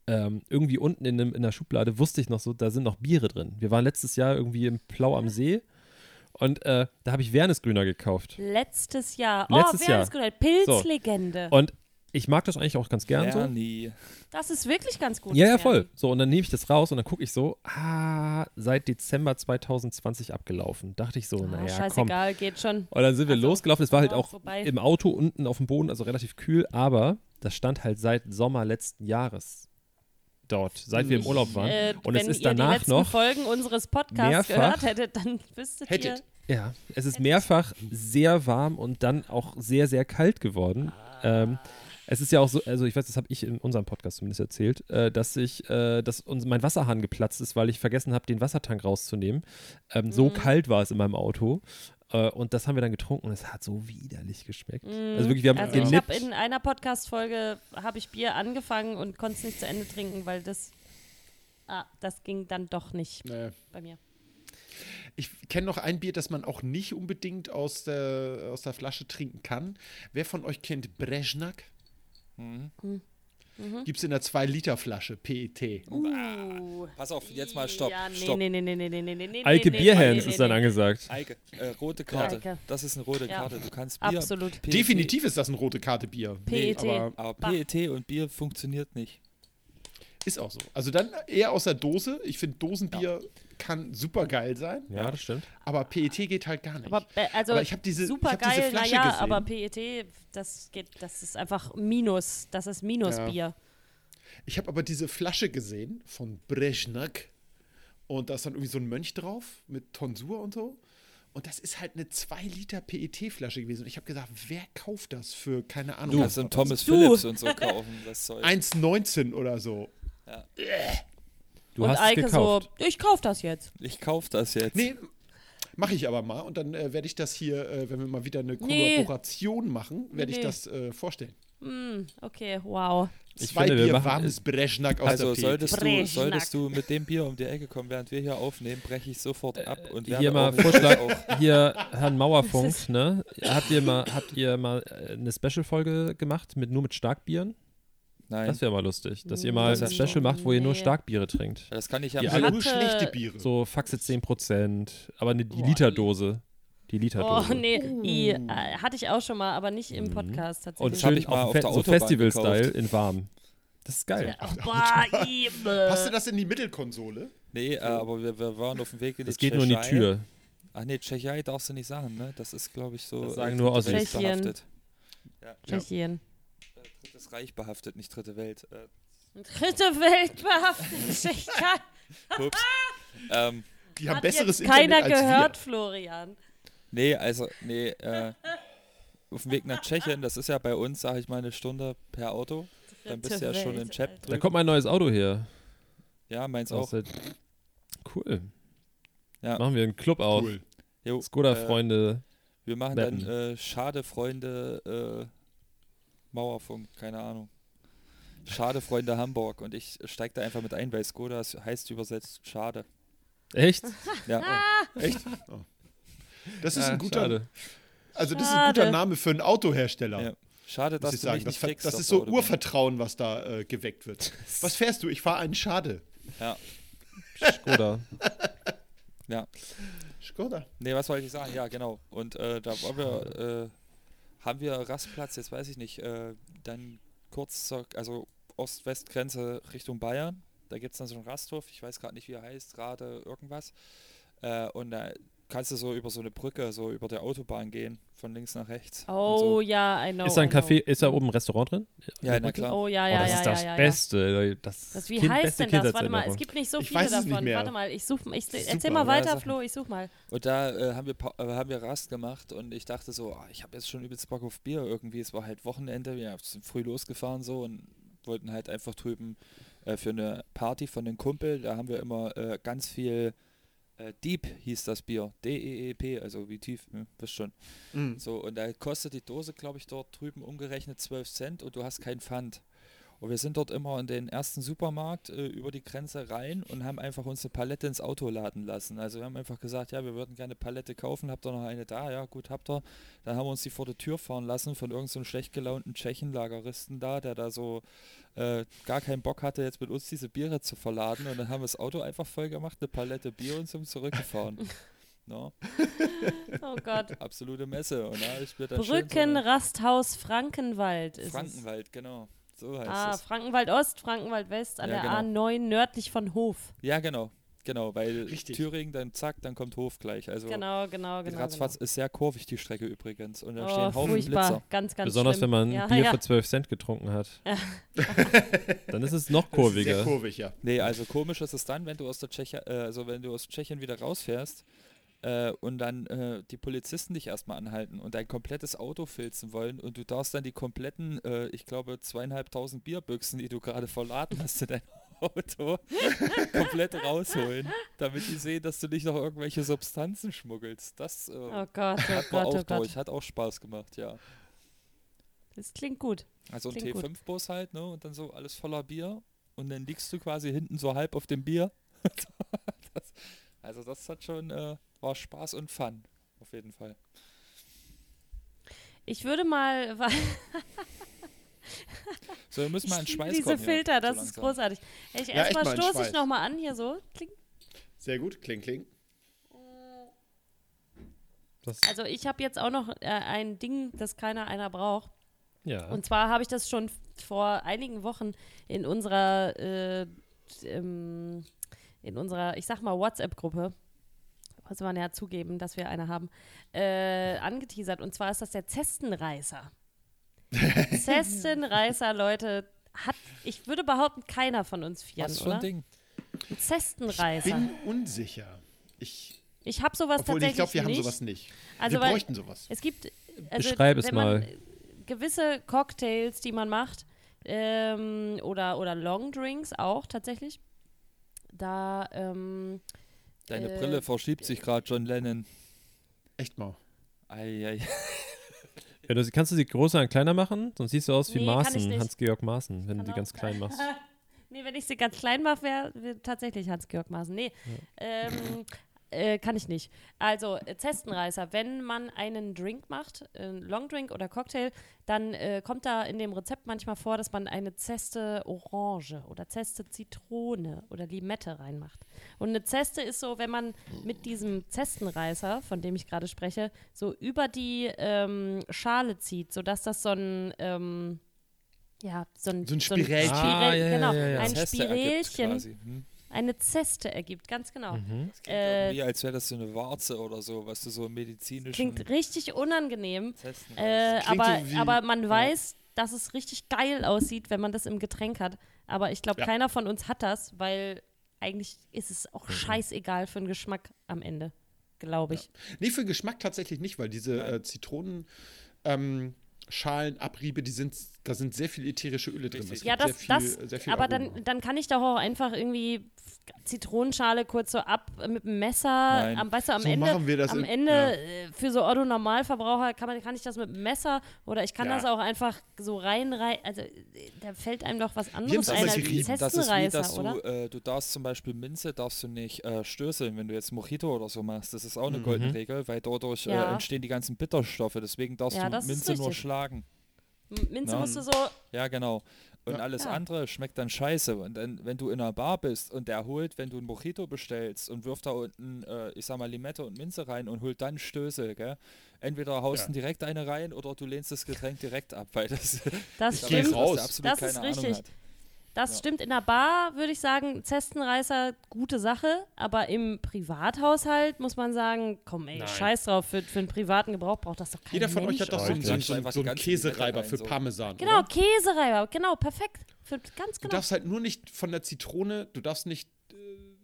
ähm, irgendwie unten in, einem, in der Schublade wusste ich noch so, da sind noch Biere drin. Wir waren letztes Jahr irgendwie im Plau am See und äh, da habe ich Wernesgrüner gekauft. Letztes Jahr. Letztes oh, wer Jahr. ist gut? Pilzlegende. Und ich mag das eigentlich auch ganz gern so. Bernie. Das ist wirklich ganz gut. Ja, ja, voll. So, und dann nehme ich das raus und dann gucke ich so, ah, seit Dezember 2020 abgelaufen. Dachte ich so, Oh, naja, komm. scheißegal, geht schon. Und dann sind wir Also, losgelaufen. Es war halt ja, auch vorbei. im Auto unten auf dem Boden, also relativ kühl, aber das stand halt seit Sommer letzten Jahres dort, seit wir im Ich, Urlaub waren. Äh, und wenn es ist ihr die danach letzten noch. Folgen unseres Podcasts mehrfach- gehört hättet, dann wüsstet Hättet. ihr. Ja, es Äh, ist mehrfach sehr warm und dann auch sehr, sehr kalt geworden. Ähm, es ist ja auch so, also ich weiß, das habe ich in unserem Podcast zumindest erzählt, äh, dass ich, äh, dass uns mein Wasserhahn geplatzt ist, weil ich vergessen habe, den Wassertank rauszunehmen. Ähm, Mhm. so kalt war es in meinem Auto. Äh, und das haben wir dann getrunken und es hat so widerlich geschmeckt. Also wirklich, wir haben Also ich genippt. habe in einer Podcast-Folge habe ich Bier angefangen und konnte es nicht zu Ende trinken, weil das ah, das ging dann doch nicht Nee. bei mir. Ich kenne noch ein Bier, das man auch nicht unbedingt aus der, aus der Flasche trinken kann. Wer von euch kennt Brezhnak? Mhm. Gibt es in der E 2-Liter-Flasche, PET. Uh. Pass auf, jetzt mal stopp. Ja, nee, stopp. nee, nee, nee, nee, nee, nee, nee, nee, Alke nee, Bierhands nee, ist dann nee, angesagt. Eike, äh, rote Karte. Eike. Das ist eine rote Ja. Karte. Du kannst Bier. Absolut. E PET Definitiv ist das ein rote Karte-Bier. PET. aber Aber Bah. PET und Bier funktioniert nicht. ist auch so. Also dann eher aus der Dose. Ich finde, Dosenbier kann super geil sein, Ja, das stimmt. aber PET geht halt gar nicht. Aber äh, also Aber ich hab diese- ich hab super diese geil, Flasche naja, gesehen. aber PET, das geht, das ist einfach Minus, das ist Minusbier. Ich habe aber diese Flasche gesehen von Brezhnak und da ist dann irgendwie so ein Mönch drauf mit Tonsur und so. Und das ist halt eine 2 Liter PET-Flasche gewesen. Und ich habe gesagt, wer kauft das für, keine Ahnung, Du was- kannst einen Thomas Du. Phillips und so kaufen, das Zeug. 1,19 oder so. Du Und hast Eike es gekauft. so, ich kauf das jetzt. Ich kauf das jetzt. Nee, mache ich aber mal. Und dann äh, werde ich das hier, äh, wenn wir mal wieder eine Nee. Kollaboration machen, werde ich Nee. das äh, vorstellen. Hm, Okay, wow. Ich Zwei finde, wir Bier machen- warmes Brezhnak aus Also der E PET. solltest du, Brechnack. solltest du mit dem Bier um die Ecke kommen, während wir hier aufnehmen, breche ich sofort ab und werde Äh, Hier mal auch- Vorschlag, hier Herrn Mauerfunk, ne? Habt ihr mal, habt ihr mal äh, eine Special-Folge gemacht mit nur mit Starkbieren? Nein, Das das, wäre mal lustig, dass ihr mal Das ein ist Special so- macht, wo ihr nur nee. Starkbiere trinkt. kann ich ja Die am Also alle- nur hatte- schlechte Biere. So Faxe 10%, aber eine, die Literdose. Die Oh, Literdose. nee, Uh. I, äh, hatte ich auch schon mal, aber nicht im Podcast tatsächlich. Mhm. Und hab schön ich mal auf, auf Fe der so Autobahn Festival-Style gekauft. in warm. Das ist geil. Ach, oh, boah, I, äh, Passte das in die Mittelkonsole? Nee, äh, aber wir, wir waren auf dem Weg in die Das geht nur in die Tschechei. Tür. Ach nee, Tschechei darfst du nicht sagen, ne? Das ist, glaube ich, so. Das sagen nur Dritte Welt Ossis. behaftet. Tschechien. Äh, Drittes Reich behaftet, nicht Dritte Welt. Äh, Dritte Welt behaftet (laughs) Tschechien. ups. ähm, Die haben Hat besseres jetzt keiner Internet als gehört, Florian. nee, also, nee, äh, auf dem Weg nach Tschechien, das ist ja bei uns, sage ich mal, eine Stunde per Auto. Dann bist du ja Dritte schon im Welt, Chat Alter. Da drüben. kommt mein neues Auto her. Ja, meins Aus auch. der- Cool. Ja. Machen wir einen Club wir. auf. Cool. Jo, Äh, Skoda-Freunde. wir machen Mappen. dann äh, Schade Freunde äh, Mauerfunk, keine Ahnung. Schade Freunde Hamburg und ich steige da einfach mit ein, weil Skoda es heißt übersetzt Schade. Echt? Ja, (laughs) Echt? Oh. Das ist Ah, ein guter, schade. also das ist ein guter Schade. Name für einen Autohersteller. ja. Schade, Muss dass ich du sagen, mich das, nicht ver- kriegst. das auf ist der so Autobahn. Urvertrauen, was da äh, geweckt (laughs) wird. Was fährst du? Ich fahre einen Schade. Ja, Skoda. ja. Skoda. Nee, was wollte ich sagen? Ja, genau. Und äh, da waren wir, äh, haben wir Rastplatz, jetzt weiß ich nicht, äh, dann kurz zur, also Ost-West-Grenze Richtung Bayern. Da gibt es dann so einen Rasthof, ich weiß gerade nicht, wie er heißt, gerade irgendwas. Äh, und da kannst du so über so eine Brücke, so über der Autobahn gehen, von links nach rechts. und Oh so. ja, I know. ist da ein I know. Café, ist da oben ein Restaurant drin? Ja, na klar. Oh ja, oh, ja, das ja, ist ja, das ja, ja. Beste. Das Das, wie Kind- heißt beste denn das? Warte mal, Kindheitserinnerung. es gibt nicht so Ich viele weiß es davon. nicht mehr. Warte mal, ich suche, ich, erzähl Super, mal ja, weiter, sag- Flo, ich such (laughs) mal. Und da äh, haben, wir pa- äh, haben wir Rast gemacht und ich dachte so, ah, ich habe jetzt schon übelst Bock auf Bier irgendwie. Es war halt Wochenende, wir sind früh losgefahren so und wollten halt einfach drüben äh, für eine Party von einem Kumpel. Da haben wir immer äh, ganz viel äh, Deep hieß das Bier. D-E-E-P, also wie tief, ne? wisst schon. Mhm. So, und da kostet die Dose, glaube ich, dort drüben umgerechnet 12 Cent und du hast keinen Pfand. Und wir sind dort immer in den ersten Supermarkt äh, über die Grenze rein und haben einfach uns eine Palette ins Auto laden lassen. Also wir haben einfach gesagt, ja, wir würden gerne eine Palette kaufen, habt ihr noch eine da? Ja, gut, habt ihr. Dann haben wir uns die vor der Tür fahren lassen von irgendeinem so einem schlecht gelaunten Tschechenlageristen da, der da so äh, gar keinen Bock hatte, jetzt mit uns diese Biere zu verladen. Und dann haben wir das Auto einfach voll gemacht, eine Palette Bier und sind zurückgefahren. no, Oh Gott. absolute Messe. Und da hab ich mir ne? dann schön so eine- Brückenrasthaus Frankenwald ist es. Frankenwald, genau. So heißt Ah, es. Frankenwald Ost, Frankenwald West an Ja, genau. der A9 nördlich von Hof. Ja, genau. Genau, weil Richtig. Thüringen, dann zack, dann kommt Hof gleich. Also Genau, genau, die genau. Ratzfatz ist sehr kurvig, die Strecke übrigens. Und da genau. stehen oh, Haufen furchtbar. Blitzer. Ganz, ganz Besonders wenn schlimm. man ja, Bier ja. für 12 Cent getrunken hat. (laughs) Dann ist es noch Sehr kurviger. kurvig, ja. Nee, also komisch ist es dann, wenn du aus der Tscheche, äh, also wenn du aus Tschechien wieder rausfährst äh, und dann äh, die Polizisten dich erstmal anhalten und dein komplettes Auto filzen wollen und du darfst dann die kompletten, äh, ich glaube, zweieinhalbtausend Bierbüchsen, die du gerade verladen hast in dein (laughs) Auto, komplett rausholen, damit die sehen, dass du nicht noch irgendwelche Substanzen schmuggelst. Das äh, Oh Gott, oh Hat man Gott, auch oh Gott. durch, hat auch Spaß gemacht, ja. Das klingt gut. Also ein Klingt gut. T5-Bus halt, ne? Und dann so alles voller Bier. Und dann liegst du quasi hinten so halb auf dem Bier. (laughs) das, also das hat schon, äh, war Spaß und Fun. Auf jeden Fall. Ich würde mal, (laughs) weil So, wir müssen mal in ich liebe Schweiß diese kommen. hier, Filter, so das ist langsam. großartig. Ich Ja, echt erstmal mal in stoße ich Schweiß. nochmal an hier so. Kling. Sehr gut, kling, kling. Das, Also ich habe jetzt auch noch äh, ein Ding, das keiner einer braucht. ja. Und zwar habe ich das schon vor einigen Wochen in unserer, äh, ähm, in unserer, ich sag mal, WhatsApp-Gruppe, muss man ja zugeben, dass wir eine haben, äh, angeteasert. Und zwar ist das der (laughs) Zestenreißer. Zestenreißer, Leute, hat, ich würde behaupten, keiner von uns vier, Was für oder? ein Ding. Ein Ich Zestenreißer. bin unsicher. Ich, Ich habe sowas obwohl, tatsächlich ich glaube, wir haben nicht. sowas nicht. Also, wir weil- bräuchten sowas. Es gibt. Also, Beschreib es wenn man mal. äh, Gewisse Cocktails, die man macht, ähm, oder, oder Longdrinks auch tatsächlich. Da, ähm, Deine Äh, Brille verschiebt sich gerade, John Lennon. Echt mal. Ei, ei. Ja, du, kannst du sie größer und kleiner machen? Sonst siehst du aus wie Nee, kann ich Maaßen, nicht. Hans-Georg Maaßen, wenn Kann du die auch ganz klein (laughs) machst. nee, wenn ich sie ganz klein mache, wäre tatsächlich Hans-Georg Maaßen. Nee, ähm, äh, kann ich nicht. Also, äh, Zestenreißer, wenn man einen Drink macht, äh, Longdrink oder Cocktail, dann äh, kommt da in dem Rezept manchmal vor, dass man eine Zeste Orange oder Zeste Zitrone oder Limette reinmacht. Und eine Zeste ist so, wenn man mit diesem Zestenreißer, von dem ich gerade spreche, so über die ähm, Schale zieht, sodass das so ein, ähm, ja, so ein, So ein Spirälchen. Ah, ja, ja, genau, ja, ja. ein Zeste ergibt Spirälchen, quasi, Hm? eine Zeste ergibt, ganz genau. Mhm. Das klingt Äh, irgendwie, als wäre das so eine Warze oder so, was du so im medizinischen Klingt richtig unangenehm. Testen Äh, Klingt aber, so wie- aber man weiß, dass es richtig geil aussieht, wenn man das im Getränk hat. Aber ich glaube, Ja. keiner von uns hat das, weil eigentlich ist es Mhm. auch scheißegal für den Geschmack am Ende, glaube ich. Nee, für den Geschmack tatsächlich nicht, weil diese äh, Zitronen. Ähm, Schalenabriebe, die sind, da sind sehr viel ätherische Öle drin. Es Richtig. Ja, gibt das, sehr viel, äh, das sehr viel aber Aroma. dann, dann kann ich doch auch einfach irgendwie Zitronenschale kurz so ab mit dem Messer, Nein. am, weißt du, am So Ende, machen wir das am im- Ende ja. äh, für so Otto Normalverbraucher kann, man, kann ich das mit dem Messer oder ich kann Ja. das auch einfach so rein, rein also äh, da fällt einem doch was anderes Nimm's ein aber als sie ein rieben. Das ist wie, dass Zestenreißer, du, oder? Äh, du darfst zum Beispiel Minze, darfst du nicht äh, stößeln, wenn du jetzt Mojito oder so machst. Das ist auch Mhm. eine goldene Regel, weil dadurch Ja. äh, entstehen die ganzen Bitterstoffe. Deswegen darfst Ja, du das ist Minze nur richtig. schlagen. M- Minze Na. musst du so, Ja, genau. Und Ja. alles Ja. andere schmeckt dann scheiße. Und dann, wenn du in einer Bar bist und der holt, wenn du ein Mojito bestellst und wirft da unten, äh, ich sag mal, Limette und Minze rein und holt dann Stöße, gell? Entweder haust Ja. du direkt eine rein oder du lehnst das Getränk direkt ab, weil (laughs) das das geh stimmt. raus. Das ist richtig. Das stimmt. In der Bar würde ich sagen, Zestenreißer, gute Sache. Aber im Privathaushalt muss man sagen, komm ey, Nein. scheiß drauf. Für, für den privaten Gebrauch braucht das doch kein Jeder von Mensch, euch hat doch so oder? einen, Alter. so einen, so einen, Einfach so die einen ganze Limette Käsereiber rein, für so. Parmesan. Genau, oder? Käsereiber. Genau, perfekt. Für, ganz Du genau. darfst halt nur nicht von der Zitrone, du darfst nicht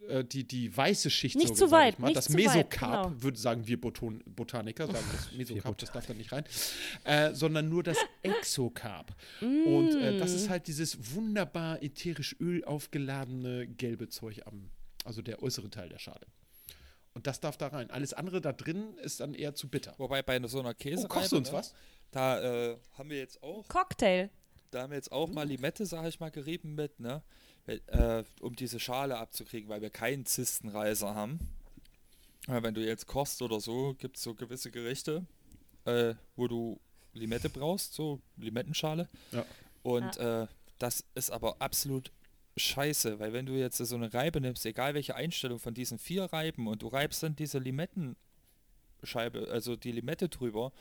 äh, die, die weiße Schicht. Nicht so zu sag ich weit, mal. nicht das zu weit, Mesokarp, genau. würde sagen wir Boton Botaniker, sagen das Mesokarp, Bot- das darf da nicht rein, äh, sondern (laughs) nur das Exokarp. Und äh, das Mm. ist halt dieses wunderbar ätherisch Öl aufgeladene gelbe Zeug am, also der äußere Teil der Schale. Und das darf da rein. Alles andere da drin ist dann eher zu bitter. Wobei bei so einer Käse. Oh, kochst du uns was? Da äh, haben wir jetzt auch, Cocktail. da haben wir jetzt auch mal Limette, sag ich mal, gerieben mit, ne? Äh, um diese Schale abzukriegen, weil wir keinen Zistenreiser haben. Äh, wenn du jetzt kochst oder so, gibt es so gewisse Gerichte, äh, wo du Limette brauchst, so Limettenschale. Ja. Und äh, das ist aber absolut scheiße, weil wenn du jetzt so eine Reibe nimmst, egal welche Einstellung von diesen vier Reiben und du reibst dann diese Limettenscheibe, also die Limette drüber,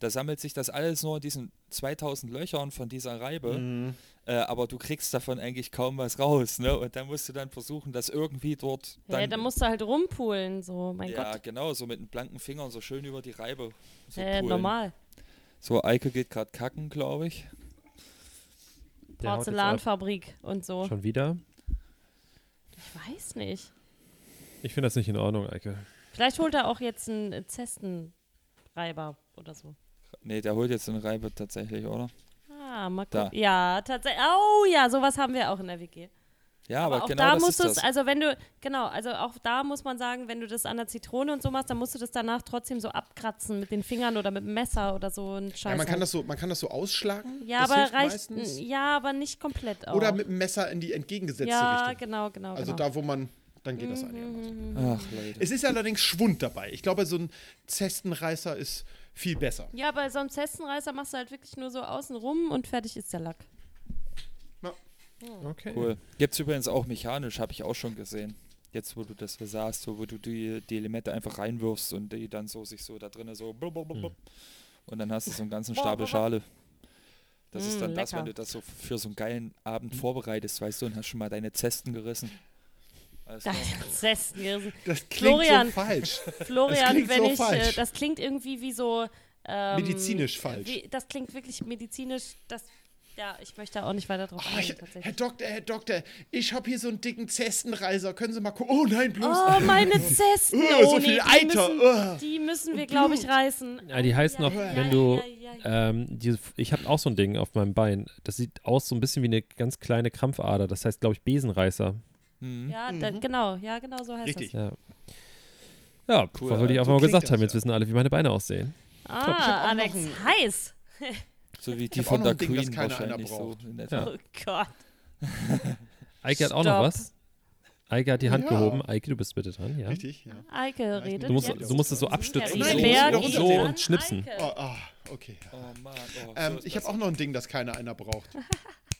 da sammelt sich das alles nur in diesen 2000 Löchern von dieser Reibe, äh, aber du kriegst davon eigentlich kaum was raus, ne? Und dann musst du dann versuchen, das irgendwie dort Dann, dann, ja, dann musst du halt rumpulen, so, mein ja, Gott. genau, so mit den blanken Fingern so schön über die Reibe. So äh, pullen. normal. So, Eike geht gerade kacken, glaube ich. Der haut jetzt Porzellanfabrik und so. Schon wieder? Ich weiß nicht. Ich finde das nicht in Ordnung, Eike. Vielleicht holt er auch jetzt einen äh, Zestenreiber oder so. Nee, der holt jetzt den Reibe tatsächlich, oder? Ah, mal Da. gucken. Ja, tatsächlich. Oh ja, sowas haben wir auch in der WG. Ja, aber, auch genau da das musst ist du das. es, also wenn du, genau, also auch da muss man sagen, wenn du das an der Zitrone und so machst, dann musst du das danach trotzdem so abkratzen mit den Fingern oder mit dem Messer oder so ein Scheiß. Ja, man, kann halt. das so, man kann das so ausschlagen. ja das aber hilft reicht, meistens. ja, aber nicht komplett auch. Oder mit dem Messer in die entgegengesetzte Ja, Richtung. genau, genau. Also genau. Mhm, da, wo man, dann geht das einigermaßen. Ach, Leute. Es ist allerdings Schwund dabei. Ich glaube, so ein Zestenreißer ist viel besser. ja, bei so einem Zestenreißer machst du halt wirklich nur so außen rum und fertig ist der Lack. (laughs) Okay. Cool. Gibt's übrigens auch mechanisch, habe ich auch schon gesehen. Jetzt, wo du das so sagst, so, wo du die, die Limette einfach reinwirfst und die dann so sich so da drinnen so blub, blub, blub, blub. und dann hast du so einen ganzen Stapel Schale. Das ist Mm, dann das, wenn lecker. du das so für so einen geilen Abend vorbereitest, weißt du, und hast schon mal deine Zesten gerissen. Alles klar. Zesten. Das klingt Florian. (laughs) so falsch. (laughs) Das Florian, klingt wenn so ich, äh, falsch. das klingt irgendwie wie so ähm, Medizinisch falsch. Wie, das klingt wirklich medizinisch. Das, ja, ich möchte da auch nicht weiter drauf Oh, ich, eingehen. Herr tatsächlich. Doktor, Herr Doktor, ich habe hier so einen dicken Zestenreißer. Können Sie mal gucken? Oh nein, bloß. Oh, (laughs) meine Zesten. Uh, oh, so nee, viel die Eiter, Müssen, uh. die müssen wir, glaube ich, reißen. Ja, die heißen Ja, auch, ja, wenn ja, du, ja, ja, ähm, diese, ich habe auch so ein Ding auf meinem Bein. Das sieht aus so ein bisschen wie eine ganz kleine Krampfader. Das heißt, glaube ich, Besenreißer. Hm? Ja, da, genau, ja, genau so heißt Mhm. Richtig. Ja, ja Cool, wollte ich äh, einfach so mal klingt gesagt das, haben. Jetzt ja. wissen alle, wie meine Beine aussehen. das. Ah, Alex, heiß. So wie die hab auch von noch der ein Ding, das Queen keiner einer wahrscheinlich so. braucht. in etwa. Ja. Oh Gott. Eike hat auch noch Stopp. was. Eike hat die Hand Ja. gehoben. Eike, du bist bitte dran, ja. Richtig, ja. Eike redet Du musst, jetzt. du musst es so abstützen. Nein, so, die Berg doch so, geht so unterdrehen. an und schnipsen. Eike. Oh, ah, okay. Oh Mann, oh, so Ähm, ist ich habe das. auch noch ein Ding, das keiner einer braucht.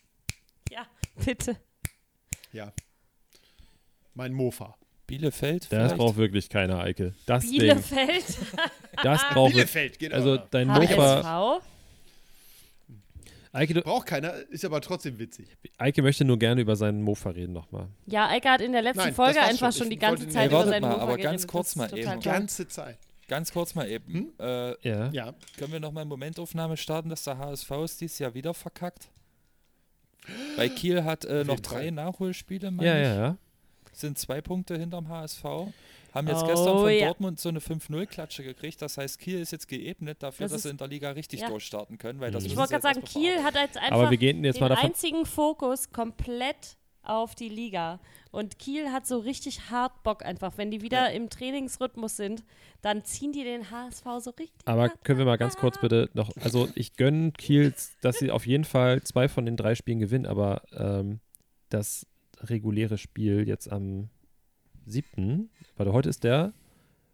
(laughs) Ja, bitte. Ja. Mein Mofa. Bielefeld Das vielleicht? braucht wirklich keiner, Eike. Das Ding. Bielefeld. Das braucht wirklich. Bielefeld geht Also also, dein Mofa. HSV. Eike, du, Braucht keiner, ist aber trotzdem witzig. Eike möchte nur gerne über seinen Mofa reden nochmal. Ja, Eike hat in der letzten Nein, das Folge war's einfach schon. schon Ich die ganze wollte- Zeit Nee, über wartet seinen mal, Mofa aber geredet. ganz kurz Das ist mal total eben. toll. Ganze Zeit. Ganz kurz mal Hm? eben. Äh, Ja. Ja. Können wir nochmal eine Momentaufnahme starten, dass der HSV es dieses Jahr wieder verkackt? Weil Kiel hat äh, noch jeden Fall. drei Nachholspiele, meine Ja, ich. ja, ja. Sind zwei Punkte hinterm HSV. Haben jetzt Oh, gestern von ja. Dortmund so eine 5-0-Klatsche gekriegt. Das heißt, Kiel ist jetzt geebnet dafür, Das dass ist- sie in der Liga richtig ja. durchstarten können. Weil das Ich müssen wollte sie gerade sagen, jetzt erst mal verarbeiten. Kiel hat jetzt einfach Aber wir gehen jetzt den mal davon. einzigen Fokus komplett auf die Liga. Und Kiel hat so richtig hart Bock einfach. Wenn die wieder im Trainingsrhythmus sind, dann ziehen die den HSV so richtig Aber hart. können wir mal ganz kurz bitte noch. Also, ich gönne Kiel, dass sie auf jeden Fall zwei von den drei Spielen gewinnen, aber ähm, das reguläre Spiel jetzt am 7. Warte, heute ist der.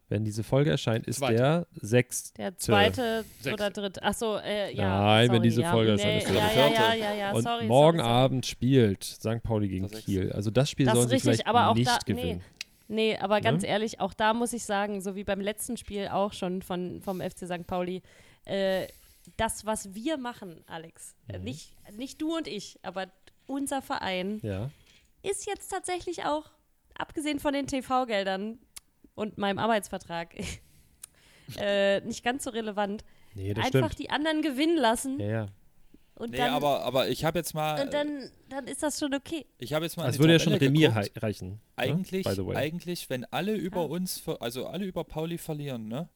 Wenn diese Folge erscheint, ist Zweite. der 6. Der zweite Sechste. oder dritte. Achso, äh, ja. Nein, sorry, wenn diese ja, Folge nee, erscheint, ist der ja, ja, vierte. ja, ja, ja, Und sorry. morgen sorry, sorry. Abend spielt St. Pauli gegen Der Sechste. Kiel. Also, das Spiel Das ist sollen sie richtig, vielleicht aber auch nicht da- nee. gewinnen. Nee, aber ganz Ne? ehrlich, auch da muss ich sagen, so wie beim letzten Spiel auch schon von, vom FC St. Pauli, äh, das, was wir machen, Alex, äh, Mhm. nicht, nicht du und ich, aber unser Verein, Ja. ist jetzt tatsächlich auch, abgesehen von den TV-Geldern und meinem Arbeitsvertrag, (laughs) äh, nicht ganz so relevant. Nee, das Einfach stimmt. die anderen gewinnen lassen Ja, ja. Und Nee, dann, aber, äh, aber ich habe jetzt mal. und dann, dann ist das schon okay. ich habe jetzt mal. in Das die würde ja schon Tabelle Remis geguckt. hei- reichen. ne? Eigentlich, By the way. eigentlich, wenn alle über Ah. uns, ver- also alle über Pauli verlieren, ne?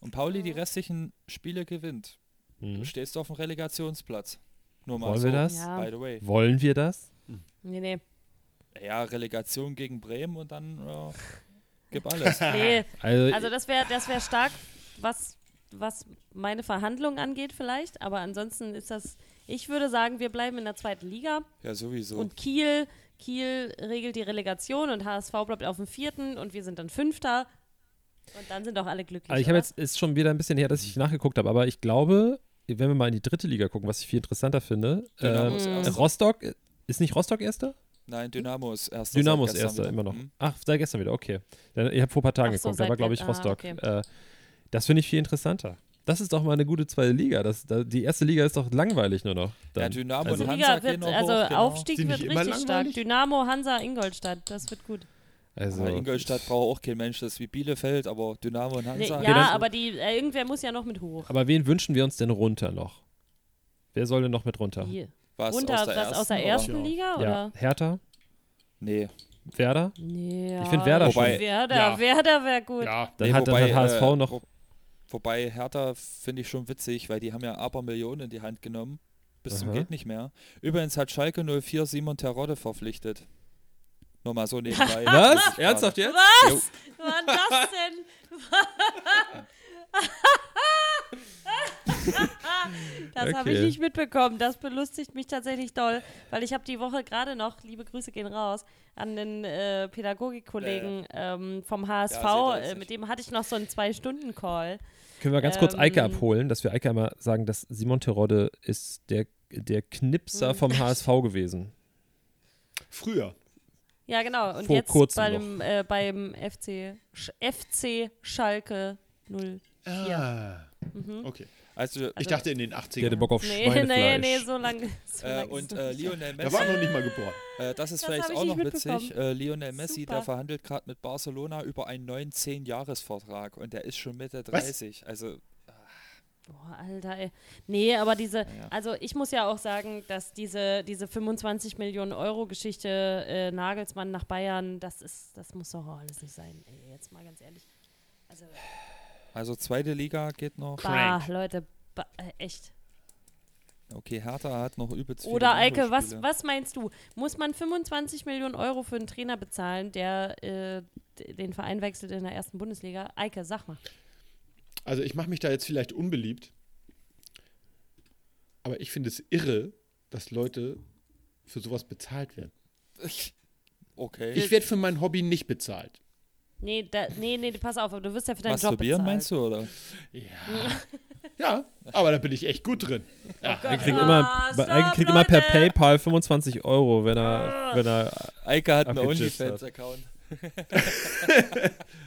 Und Pauli die restlichen Spiele gewinnt, Mhm. stehst du auf dem Relegationsplatz. Nur mal Wollen so, wir das? Ja, by the way. Wollen wir das? nee, nee. Ja, Relegation gegen Bremen und dann äh, (laughs) gib alles. nee. Also, Also das wäre das wär stark, was, was meine Verhandlung angeht vielleicht. Aber ansonsten ist das, ich würde sagen, wir bleiben in der zweiten Liga. ja, sowieso. Und Kiel, Kiel regelt die Relegation und HSV bleibt auf dem vierten und wir sind dann Fünfter. Und dann sind auch alle glücklich. Also ich oder? habe jetzt, ist schon wieder ein bisschen her, dass ich nachgeguckt habe, aber ich glaube, wenn wir mal in die dritte Liga gucken, was ich viel interessanter finde, Dynamo ist ähm, Erster. Rostock, äh, ist nicht Rostock Erster? Nein, Dynamo ist erster. seit Dynamo ist gestern Erster wieder. immer noch. Hm? Ach, seit gestern wieder, okay. Dann, ich habe vor ein paar Tagen Ach so, geguckt, da seit war glaube ich gestern, ah, Rostock. okay. Äh, das finde ich viel interessanter. Das ist doch mal eine gute zweite Liga. Das, da, die erste Liga ist doch langweilig nur noch. Ja, dann. Dynamo also, und Die Hansa Liga wird, gehen noch also hoch, genau. Aufstieg Sind wird die immer richtig stark. langweilig? Dynamo, Hansa, Ingolstadt, das wird gut. also, Aber Ingolstadt braucht auch kein Mensch, das ist wie Bielefeld, aber Dynamo und Nee, Hansa. ja, Okay, das- aber die, äh, irgendwer muss ja noch mit hoch. aber wen wünschen wir uns denn runter noch? Wer soll denn noch mit runter? Hier. Was, Runter, aus der was ersten, aus der oder? ersten Ja. Liga? Ja, Oder? Hertha, Nee. Werder? Ja. Ich find Werder Wobei- schon. Werder, Ja. Werder wäre gut. Ja, Dann Nee, hat wobei, dann hat HSV äh, noch wo- Wobei Hertha finde ich schon witzig, weil die haben ja aber Millionen in die Hand genommen. Bis zum Aha. geht nicht mehr. Übrigens hat Schalke 04 Simon Terodde verpflichtet. Nur mal (laughs) so nebenbei. muss ich gerade- jetzt? Was? Wann das (laughs) denn? das habe ich Okay. nicht mitbekommen. Das belustigt mich tatsächlich doll, weil ich habe die Woche gerade noch, liebe Grüße gehen raus, an den äh, Pädagogikkollegen ähm, vom HSV, Ja, seht ihr äh, jetzt mit nicht. dem hatte ich noch so einen Zwei-Stunden-Call. Können wir ganz kurz Ähm, Eike abholen, dass wir Eike einmal sagen, dass Simon Terodde ist der, der Hm. Knipser vom HSV gewesen. früher. Ja, genau. Und Vor jetzt kurzem beim, äh, beim FC, Sch FC Schalke 0. Ah. Okay. Also, Ich dachte in den 80ern. Der hatte Bock auf (laughs) Nee, nee, Schweinefleisch. nee, so lange. So (laughs) äh, lang und ist äh, es nicht. Lionel da war Messi, er noch nicht mal geboren. äh, das ist Das vielleicht hab ich auch noch nicht witzig. mitbekommen. Äh, Lionel Messi, Super. der verhandelt gerade mit Barcelona über einen neuen 10-Jahres-Vertrag und der ist schon Mitte 30. Also, Boah, Alter, ey. Nee, aber diese, Naja. also ich muss ja auch sagen, dass diese, diese 25 Millionen Euro Geschichte äh, Nagelsmann nach Bayern, das ist, das muss doch auch alles nicht sein, ey, jetzt mal ganz ehrlich. Also, also zweite Liga geht noch. bah, Leute, bah, äh, echt. Okay, Hertha hat noch übelst viele Oder Eike, was, Länderspiele. was meinst du? Muss man 25 Millionen Euro für einen Trainer bezahlen, der äh, d- den Verein wechselt in der ersten Bundesliga? Eike, sag mal. Also ich mache mich da jetzt vielleicht unbeliebt, aber ich finde es irre, dass Leute für sowas bezahlt werden. (laughs) Okay. Ich werde für mein Hobby nicht bezahlt. Nee, da, nee, nee, pass auf, aber du wirst ja für deinen Job Masturbieren bezahlt. meinst du, oder? Ja. ja, aber da bin ich echt gut drin. Er Ja. kriegt immer, Ah, bei Eike stopp, kriegt immer per Leute. Ah. PayPal 25 Euro, wenn er, wenn er Eike hat einen Abgechipst hat. OnlyFans-Account.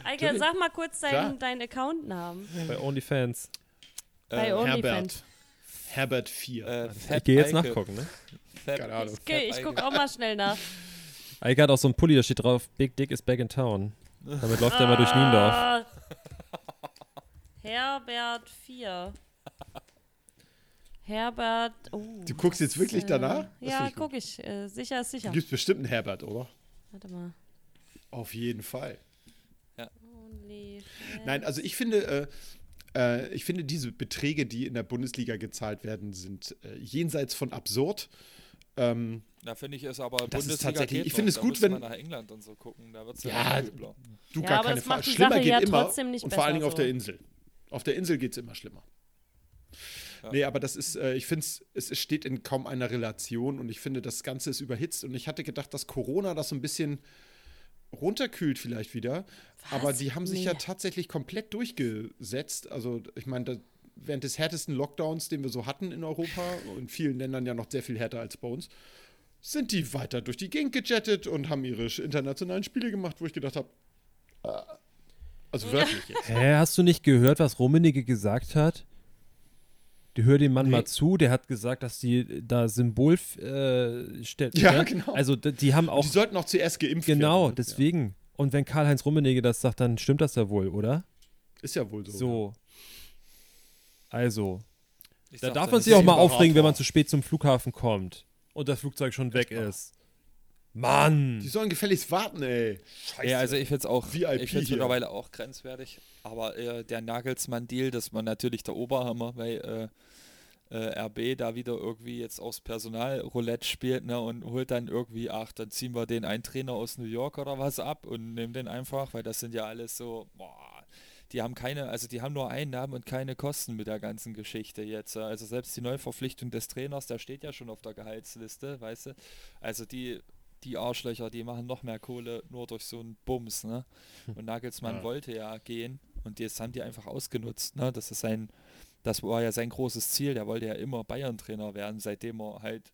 Eike, sag mal kurz Klar. deinen, deinen Accountnamen. (laughs) bei OnlyFans. Bei Äh, OnlyFans. Herbert. Herbert 4. Äh, Fab Ich gehe jetzt Eike. nachgucken, ne? Fab- Keine Ahnung. Fab Okay, ich Eike. guck auch mal schnell nach. Eike hat auch so einen Pulli, da steht drauf, Big Dick is back in town. Damit läuft er mal durch Niendorf. Ah. Herbert 4. Herbert. Oh, Du guckst jetzt wirklich äh, danach? Das Ja, find ich gut. guck ich. Äh, sicher ist sicher. Gibt es bestimmt einen Herbert, oder? Warte mal. Auf jeden Fall. Only Nein, also ich finde, äh, äh, ich finde diese Beträge, die in der Bundesliga gezahlt werden, sind äh, jenseits von absurd. Ähm, Da finde ich es aber Das ist Bundesliga tatsächlich- geht ich finde noch. es Da gut, muss wenn- man nach England und so gucken, da wird's Ja, ja, noch übler. Du Ja, gar aber keine das macht Frage. die Schlimmer Sache geht ja immer. trotzdem nicht und vor allen besser, Dingen auf so. der Insel. Auf der Insel geht es immer schlimmer. Ja. Nee, aber das ist, äh, ich finde es, es steht in kaum einer Relation und ich finde, das Ganze ist überhitzt und ich hatte gedacht, dass Corona das so ein bisschen runterkühlt vielleicht wieder. Aber die haben sich Nee. ja tatsächlich komplett durchgesetzt. Also ich meine, da- während des härtesten Lockdowns, den wir so hatten in Europa, in vielen Ländern ja noch sehr viel härter als bei uns, sind die weiter durch die Gegend gejettet und haben ihre sch- internationalen Spiele gemacht, wo ich gedacht habe, also wirklich jetzt. Hä, hast du nicht gehört, was Rummenigge gesagt hat? Du hör dem Mann Nee. mal zu, der hat gesagt, dass die da Symbol äh, stell- Ja, ne? genau. Also d- die haben auch die sollten auch zuerst geimpft genau, werden. ne? deswegen. Und wenn Karl-Heinz Rummenigge das sagt, dann stimmt das ja wohl, oder? Ist ja wohl so. So. Also, Ich Da sag darf dann, man es sich ist auch mal überhaupt- aufregen, wenn man zu spät zum Flughafen kommt und das Flugzeug schon weg ist. Die Mann! sollen gefälligst warten, ey. Scheiße. Ja, also ich finde es auch, VIP ich find's hier. mittlerweile auch grenzwertig, aber äh, der Nagelsmann-Deal, das war natürlich der Oberhammer, weil äh, äh, RB da wieder irgendwie jetzt aufs Personal Roulette spielt ne, und holt dann irgendwie, ach, dann ziehen wir den einen Trainer aus New York oder was ab und nehmen den einfach, weil das sind ja alles so, boah, die haben keine, also die haben nur Einnahmen und keine Kosten mit der ganzen Geschichte jetzt. äh. Also selbst die Neuverpflichtung des Trainers, da steht ja schon auf der Gehaltsliste, weißt du. Also die, die Arschlöcher, die machen noch mehr Kohle nur durch so einen Bums, ne? Hm. Und Nagelsmann Ja. wollte ja gehen und jetzt haben die einfach ausgenutzt, ne? Das ist sein, das war ja sein großes Ziel, der wollte ja immer Bayern-Trainer werden, seitdem er halt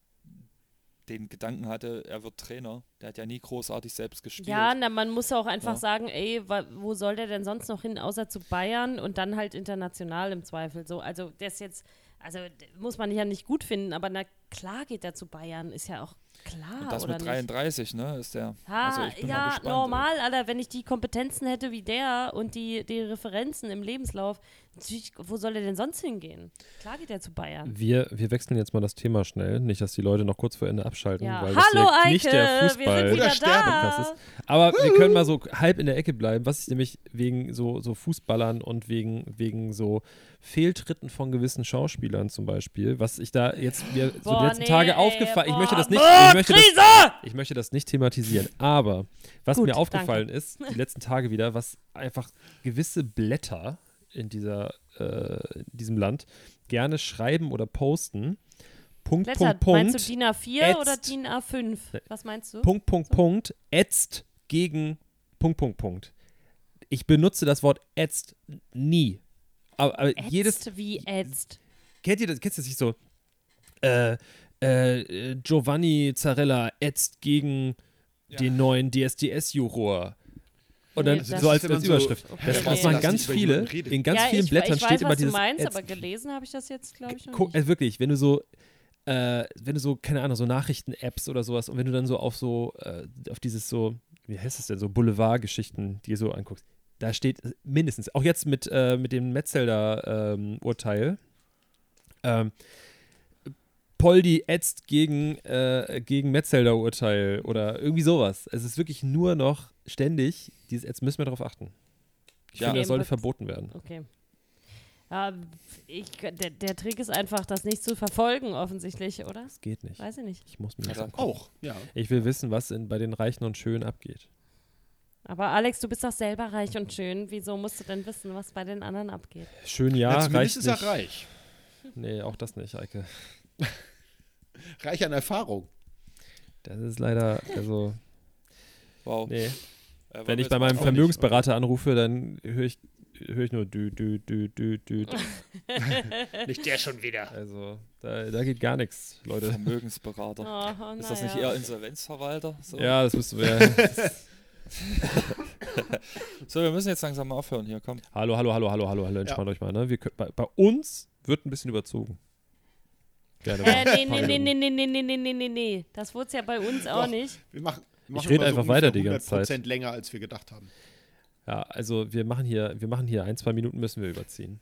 den Gedanken hatte, er wird Trainer. Der hat ja nie großartig selbst gespielt. Ja, na, man muss auch einfach Ja. sagen, ey, wa- wo soll der denn sonst noch hin, außer zu Bayern und dann halt international im Zweifel. So, also das jetzt, also d- muss man ja nicht gut finden, aber na klar geht er zu Bayern, ist ja auch klar, und das oder mit nicht? 33, ne? Ist der. Ha, also ich bin ja, mal gespannt. ey. normal, Alter, wenn ich die Kompetenzen hätte wie der und die, die Referenzen im Lebenslauf, natürlich, wo soll er denn sonst hingehen? Klar geht er zu Bayern. Wir, wir wechseln jetzt mal das Thema schnell. Nicht, dass die Leute noch kurz vor Ende Mhm, abschalten, Ja. weil Hallo das hier Eike, nicht der wir Fußball sind wieder Oder da. sterben, das Ah. Aber wir können mal (laughs) so halb in der Ecke bleiben, was ich nämlich wegen so, so Fußballern und wegen, wegen so Fehltritten von gewissen Schauspielern zum Beispiel, was ich da jetzt mir so die Boah, letzten nee, Tage ey, aufgefallen ich möchte boah, das nicht. boah, Ich möchte das, Krise! ich möchte das nicht thematisieren, aber was Gut, mir aufgefallen (laughs) ist, die letzten Tage wieder, was einfach gewisse Blätter in, dieser, äh, in diesem Land gerne schreiben oder posten. Punkt, Blätter, Punkt, Punkt. meinst du DIN A4 oder Ätzt. DIN A5? Was meinst du? Punkt, Punkt, Punkt, ätzt gegen Punkt, Punkt, Punkt. Ich benutze das Wort ätzt nie. Aber, aber Ätzt jedes, wie ätzt. kennt ihr das, kennst du das nicht so? Äh, äh, Giovanni Zarella ätzt gegen den neuen DSDS-Juror. Und dann Nee, das so als, ist immer als so- Überschrift. Okay. das Nee. machen Dass ganz nicht über jemanden viele, redet. in ganz ja, vielen ich, Blättern ich weiß, steht immer was dieses du meinst, ätzt aber gelesen habe ich das jetzt, glaube ich, noch Guck, nicht. also wirklich, wenn du so, äh, wenn du so, keine Ahnung, so Nachrichten-Apps oder sowas und wenn du dann so auf so, äh, auf dieses so, wie heißt es denn, so Boulevard-Geschichten dir so anguckst, da steht mindestens, auch jetzt mit, äh, mit dem Metzelder-Urteil, ähm, Poldi ätzt gegen, äh, gegen Metzelder-Urteil oder irgendwie sowas. Es ist wirklich nur noch ständig, dieses Ätz müssen wir darauf achten. Ich Ja. finde, das sollte Eben. verboten werden. Okay. Ja, ich, der, der Trick ist einfach, das nicht zu verfolgen, offensichtlich, oder? Das geht nicht. Weiß ich nicht. Ich muss mir das Also- angucken. Auch, ja. Ich will wissen, was in, bei den Reichen und Schönen abgeht. Aber Alex, du bist doch selber reich und schön. Wieso musst du denn wissen, was bei den anderen abgeht? Schön ja ja, zumindest reicht ist er nicht. reich. Nee, auch das nicht, Eike. Reich an Erfahrung. Das ist leider, also, Wow. nee. Wenn Äh, wollen wir ich bei jetzt meinem auch Vermögensberater anrufe, dann höre ich, höre ich nur dü, dü, dü, dü, dü. Nicht der schon (laughs) wieder. Also, da, da geht gar nichts, nicht- Leute. Vermögensberater. (laughs) Oh, Ist das naja. nicht eher Insolvenzverwalter? So. Ja, das müsste (laughs) wir. so, wir müssen jetzt langsam mal aufhören hier, komm. hallo, hallo, hallo, hallo, hallo, hallo, entspannt euch mal, ne? Wir, kö- bei, bei uns wird ein bisschen überzogen. Gerne mal. Äh, nee, Paar nee, nee, Minuten. nee, nee, nee, nee, nee, nee, nee, nee. Das wurde es ja bei uns auch Doch. nicht. Wir machen, wir Ich machen rede immer einfach ungefähr weiter die ganze Zeit. 100% länger, als wir gedacht haben. Ja, also wir machen hier, wir machen hier ein, zwei Minuten müssen wir überziehen.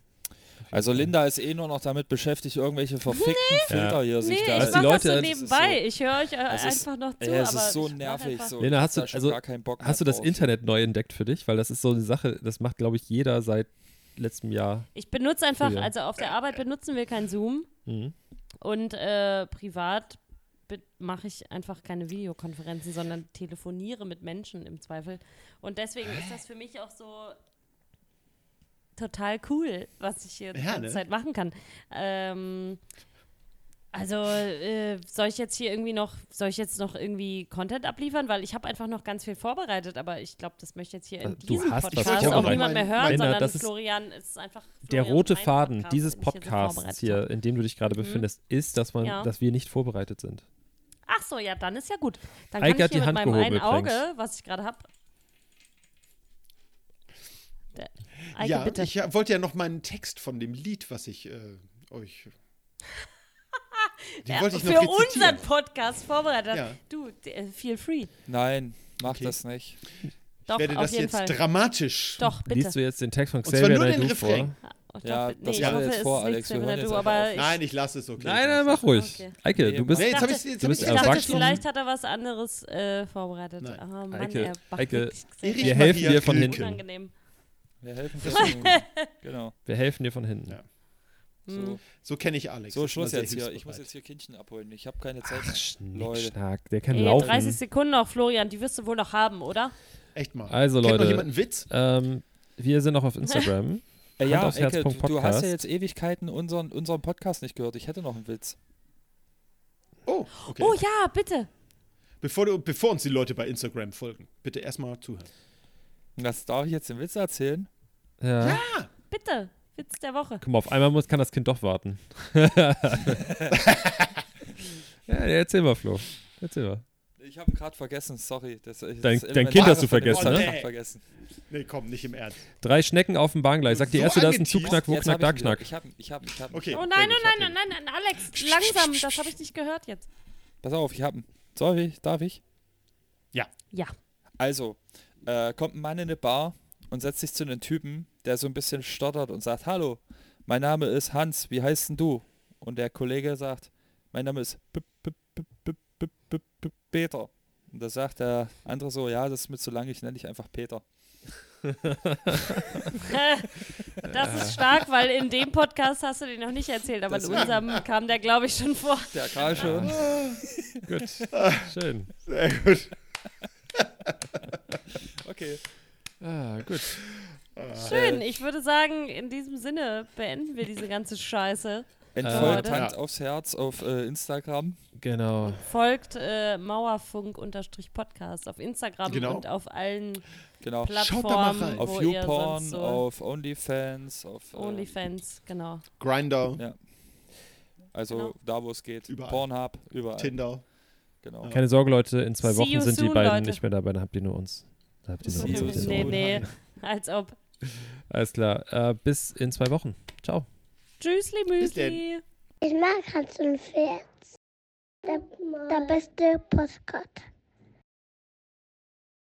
Also Linda ist eh nur noch damit beschäftigt, irgendwelche verfickten Filter hier Nee, sich da. ich die mach das Leute- so halt, das ist nebenbei. ich höre euch äh, Das ist- einfach noch zu. Ey, es aber ist so ich mach nervig. einfach- So, Lena, ich hast hab du- da schon also, gar keinen Bock mehr Hast du das drauf. Internet neu entdeckt für dich? Weil das ist so eine Sache, das macht, glaube ich, jeder seit letztem Jahr. Ich benutze einfach, Ja. also auf der Arbeit benutzen wir kein Zoom Mhm. und äh, privat be- mache ich einfach keine Videokonferenzen, sondern telefoniere mit Menschen im Zweifel. Und deswegen ist das für mich auch so total cool, was ich hier die Ja, ganze ne? Zeit machen kann. Ähm, also äh, soll ich jetzt hier irgendwie noch, soll ich jetzt noch irgendwie Content abliefern, weil ich habe einfach noch ganz viel vorbereitet, aber ich glaube, das möchte jetzt hier in Du diesem hast was Podcast auch vorbereitet. niemand mehr hören, Männer, sondern das ist- Florian ist einfach Der Florian, rote mein Faden Podcast, dieses den ich hier so Podcasts vorbereitet hier, habe. in dem du dich gerade befindest, ist, dass, man, Ja. dass wir nicht vorbereitet sind. Ach so, ja, dann ist ja gut. Dann Eike kann ich hat hier die mit Hand meinem gehoben einen übrigens. Auge, was ich gerade habe. Eike, ja, bitte. ich ja, wollte ja noch meinen Text von dem Lied, was ich äh, (laughs) euch. Den wollte ich noch Für rezitieren. unseren Podcast vorbereitet. Ja. Du, d- äh, feel free. Nein, mach Okay. das nicht. Doch, ich werde auf das jeden jetzt Fall. dramatisch. Doch, Liest bitte. du jetzt den Text von zwar Xavier nur den Naidoo vor? Refrain. Ich Ja, glaub, das nee, ich war hoffe, jetzt es vor, ist Alex. nichts Wir mehr hören mit der jetzt Du, einfach aber auf. ich, Nein, ich lasse es, okay. Nein, nein, mach ruhig. Okay. Eike, Nee, du bist. Nee, jetzt habe dachte- ich jetzt du hab bist ich's ich dachte, erwachsen. vielleicht hat er was anderes äh, vorbereitet. Nein. Ah, Mann, Eike, er backt Eike, nichts. Erich Wir helfen Maria dir von Rilke. hinten. Unangenehm. (laughs) Wir helfen dir. genau. Wir helfen dir von hinten. Ja. Hm. So, So kenne ich Alex. so Ist immer Schluss sehr jetzt hier. Ich muss hilfsbereit. jetzt hier Kindchen abholen. Ich habe keine Zeit. Ach, Leute. Schnickschnack, der kann Ey, laufen. 30 Sekunden noch, Florian, die wirst du wohl noch haben, oder? Echt mal. Also, Kennt noch Leute. jemand einen Witz? ähm, wir sind noch (laughs) auf Instagram. Äh, ja, aufs Herz Ecke, du, Punkt du hast Podcast. ja jetzt Ewigkeiten unseren, unseren Podcast nicht gehört. Ich hätte noch einen Witz. Oh, okay. Oh ja, bitte. Bevor, du, bevor uns die Leute bei Instagram folgen, bitte erstmal zuhören. Das darf ich jetzt den Witz erzählen? ja. Bitte. Witz der Woche. Guck mal, auf einmal muss, kann das Kind doch (laughs) warten. (laughs) ja, erzähl mal, Flo. Erzähl mal. Ich habe gerade vergessen, sorry. Das, das Dein Elementare Kind hast du von dem vergessen, Podcast ne? hab vergessen. Nee, komm, nicht im Ernst. Drei Schnecken auf dem Bahngleis. Sagt die So erste, da ist ein angeteased. Zugknack, wo Jetzt knack, da hab ich ihn wieder. knack. Ich habe ich hab, ich hab. Okay. Oh nein, Sehr oh gut, nein, hab oh ihn. nein, nein, Alex, langsam, das habe ich nicht gehört jetzt. Pass auf, ich habe. Sorry, darf ich? Ja. Also, äh, kommt ein Mann in eine Bar und setzt sich zu einem Typen, der so ein bisschen stottert und sagt, Hallo, mein Name ist Hans, wie heißt denn du? Und der Kollege sagt, mein Name ist P- P- P- P- P- P- P- Peter. Und da sagt der andere so, ja, das ist mir zu lang, ich nenne dich einfach Peter. Äh, Das ist stark, weil in dem Podcast hast du den noch nicht erzählt, aber in Deswegen. unserem kam der, glaube ich, schon vor. Der Karl Äh, schon. Gut. Ah. Schön. oh, Sehr gut. Okay. Ah, gut. Schön, ich würde sagen, in diesem Sinne beenden wir diese ganze Scheiße. Entfolgt Äh, Hand ja. aufs Herz auf äh, Instagram. Genau. Folgt äh, Mauerfunk-Podcast auf Instagram Genau. und auf allen Genau. Schaut da mal Plattformen, rein. Auf wo ihr sonst YouPorn, so auf OnlyFans, auf äh, Onlyfans, genau. Grinder, Ja. also Genau. da wo es geht. Überall. Pornhub, überall. Tinder. Genau. Ja. Keine Sorge, Leute, in zwei See Wochen you sind die soon, beiden Leute. nicht mehr dabei, dann habt ihr nur uns. Dann habt ihr nur See you uns. nee, soon. nee, als ob. Alles klar. Äh, bis in zwei Wochen. Ciao. Tschüssli Müsli. Bis denn. Ich mag Hans und Pferd. Der, der beste Postkarte.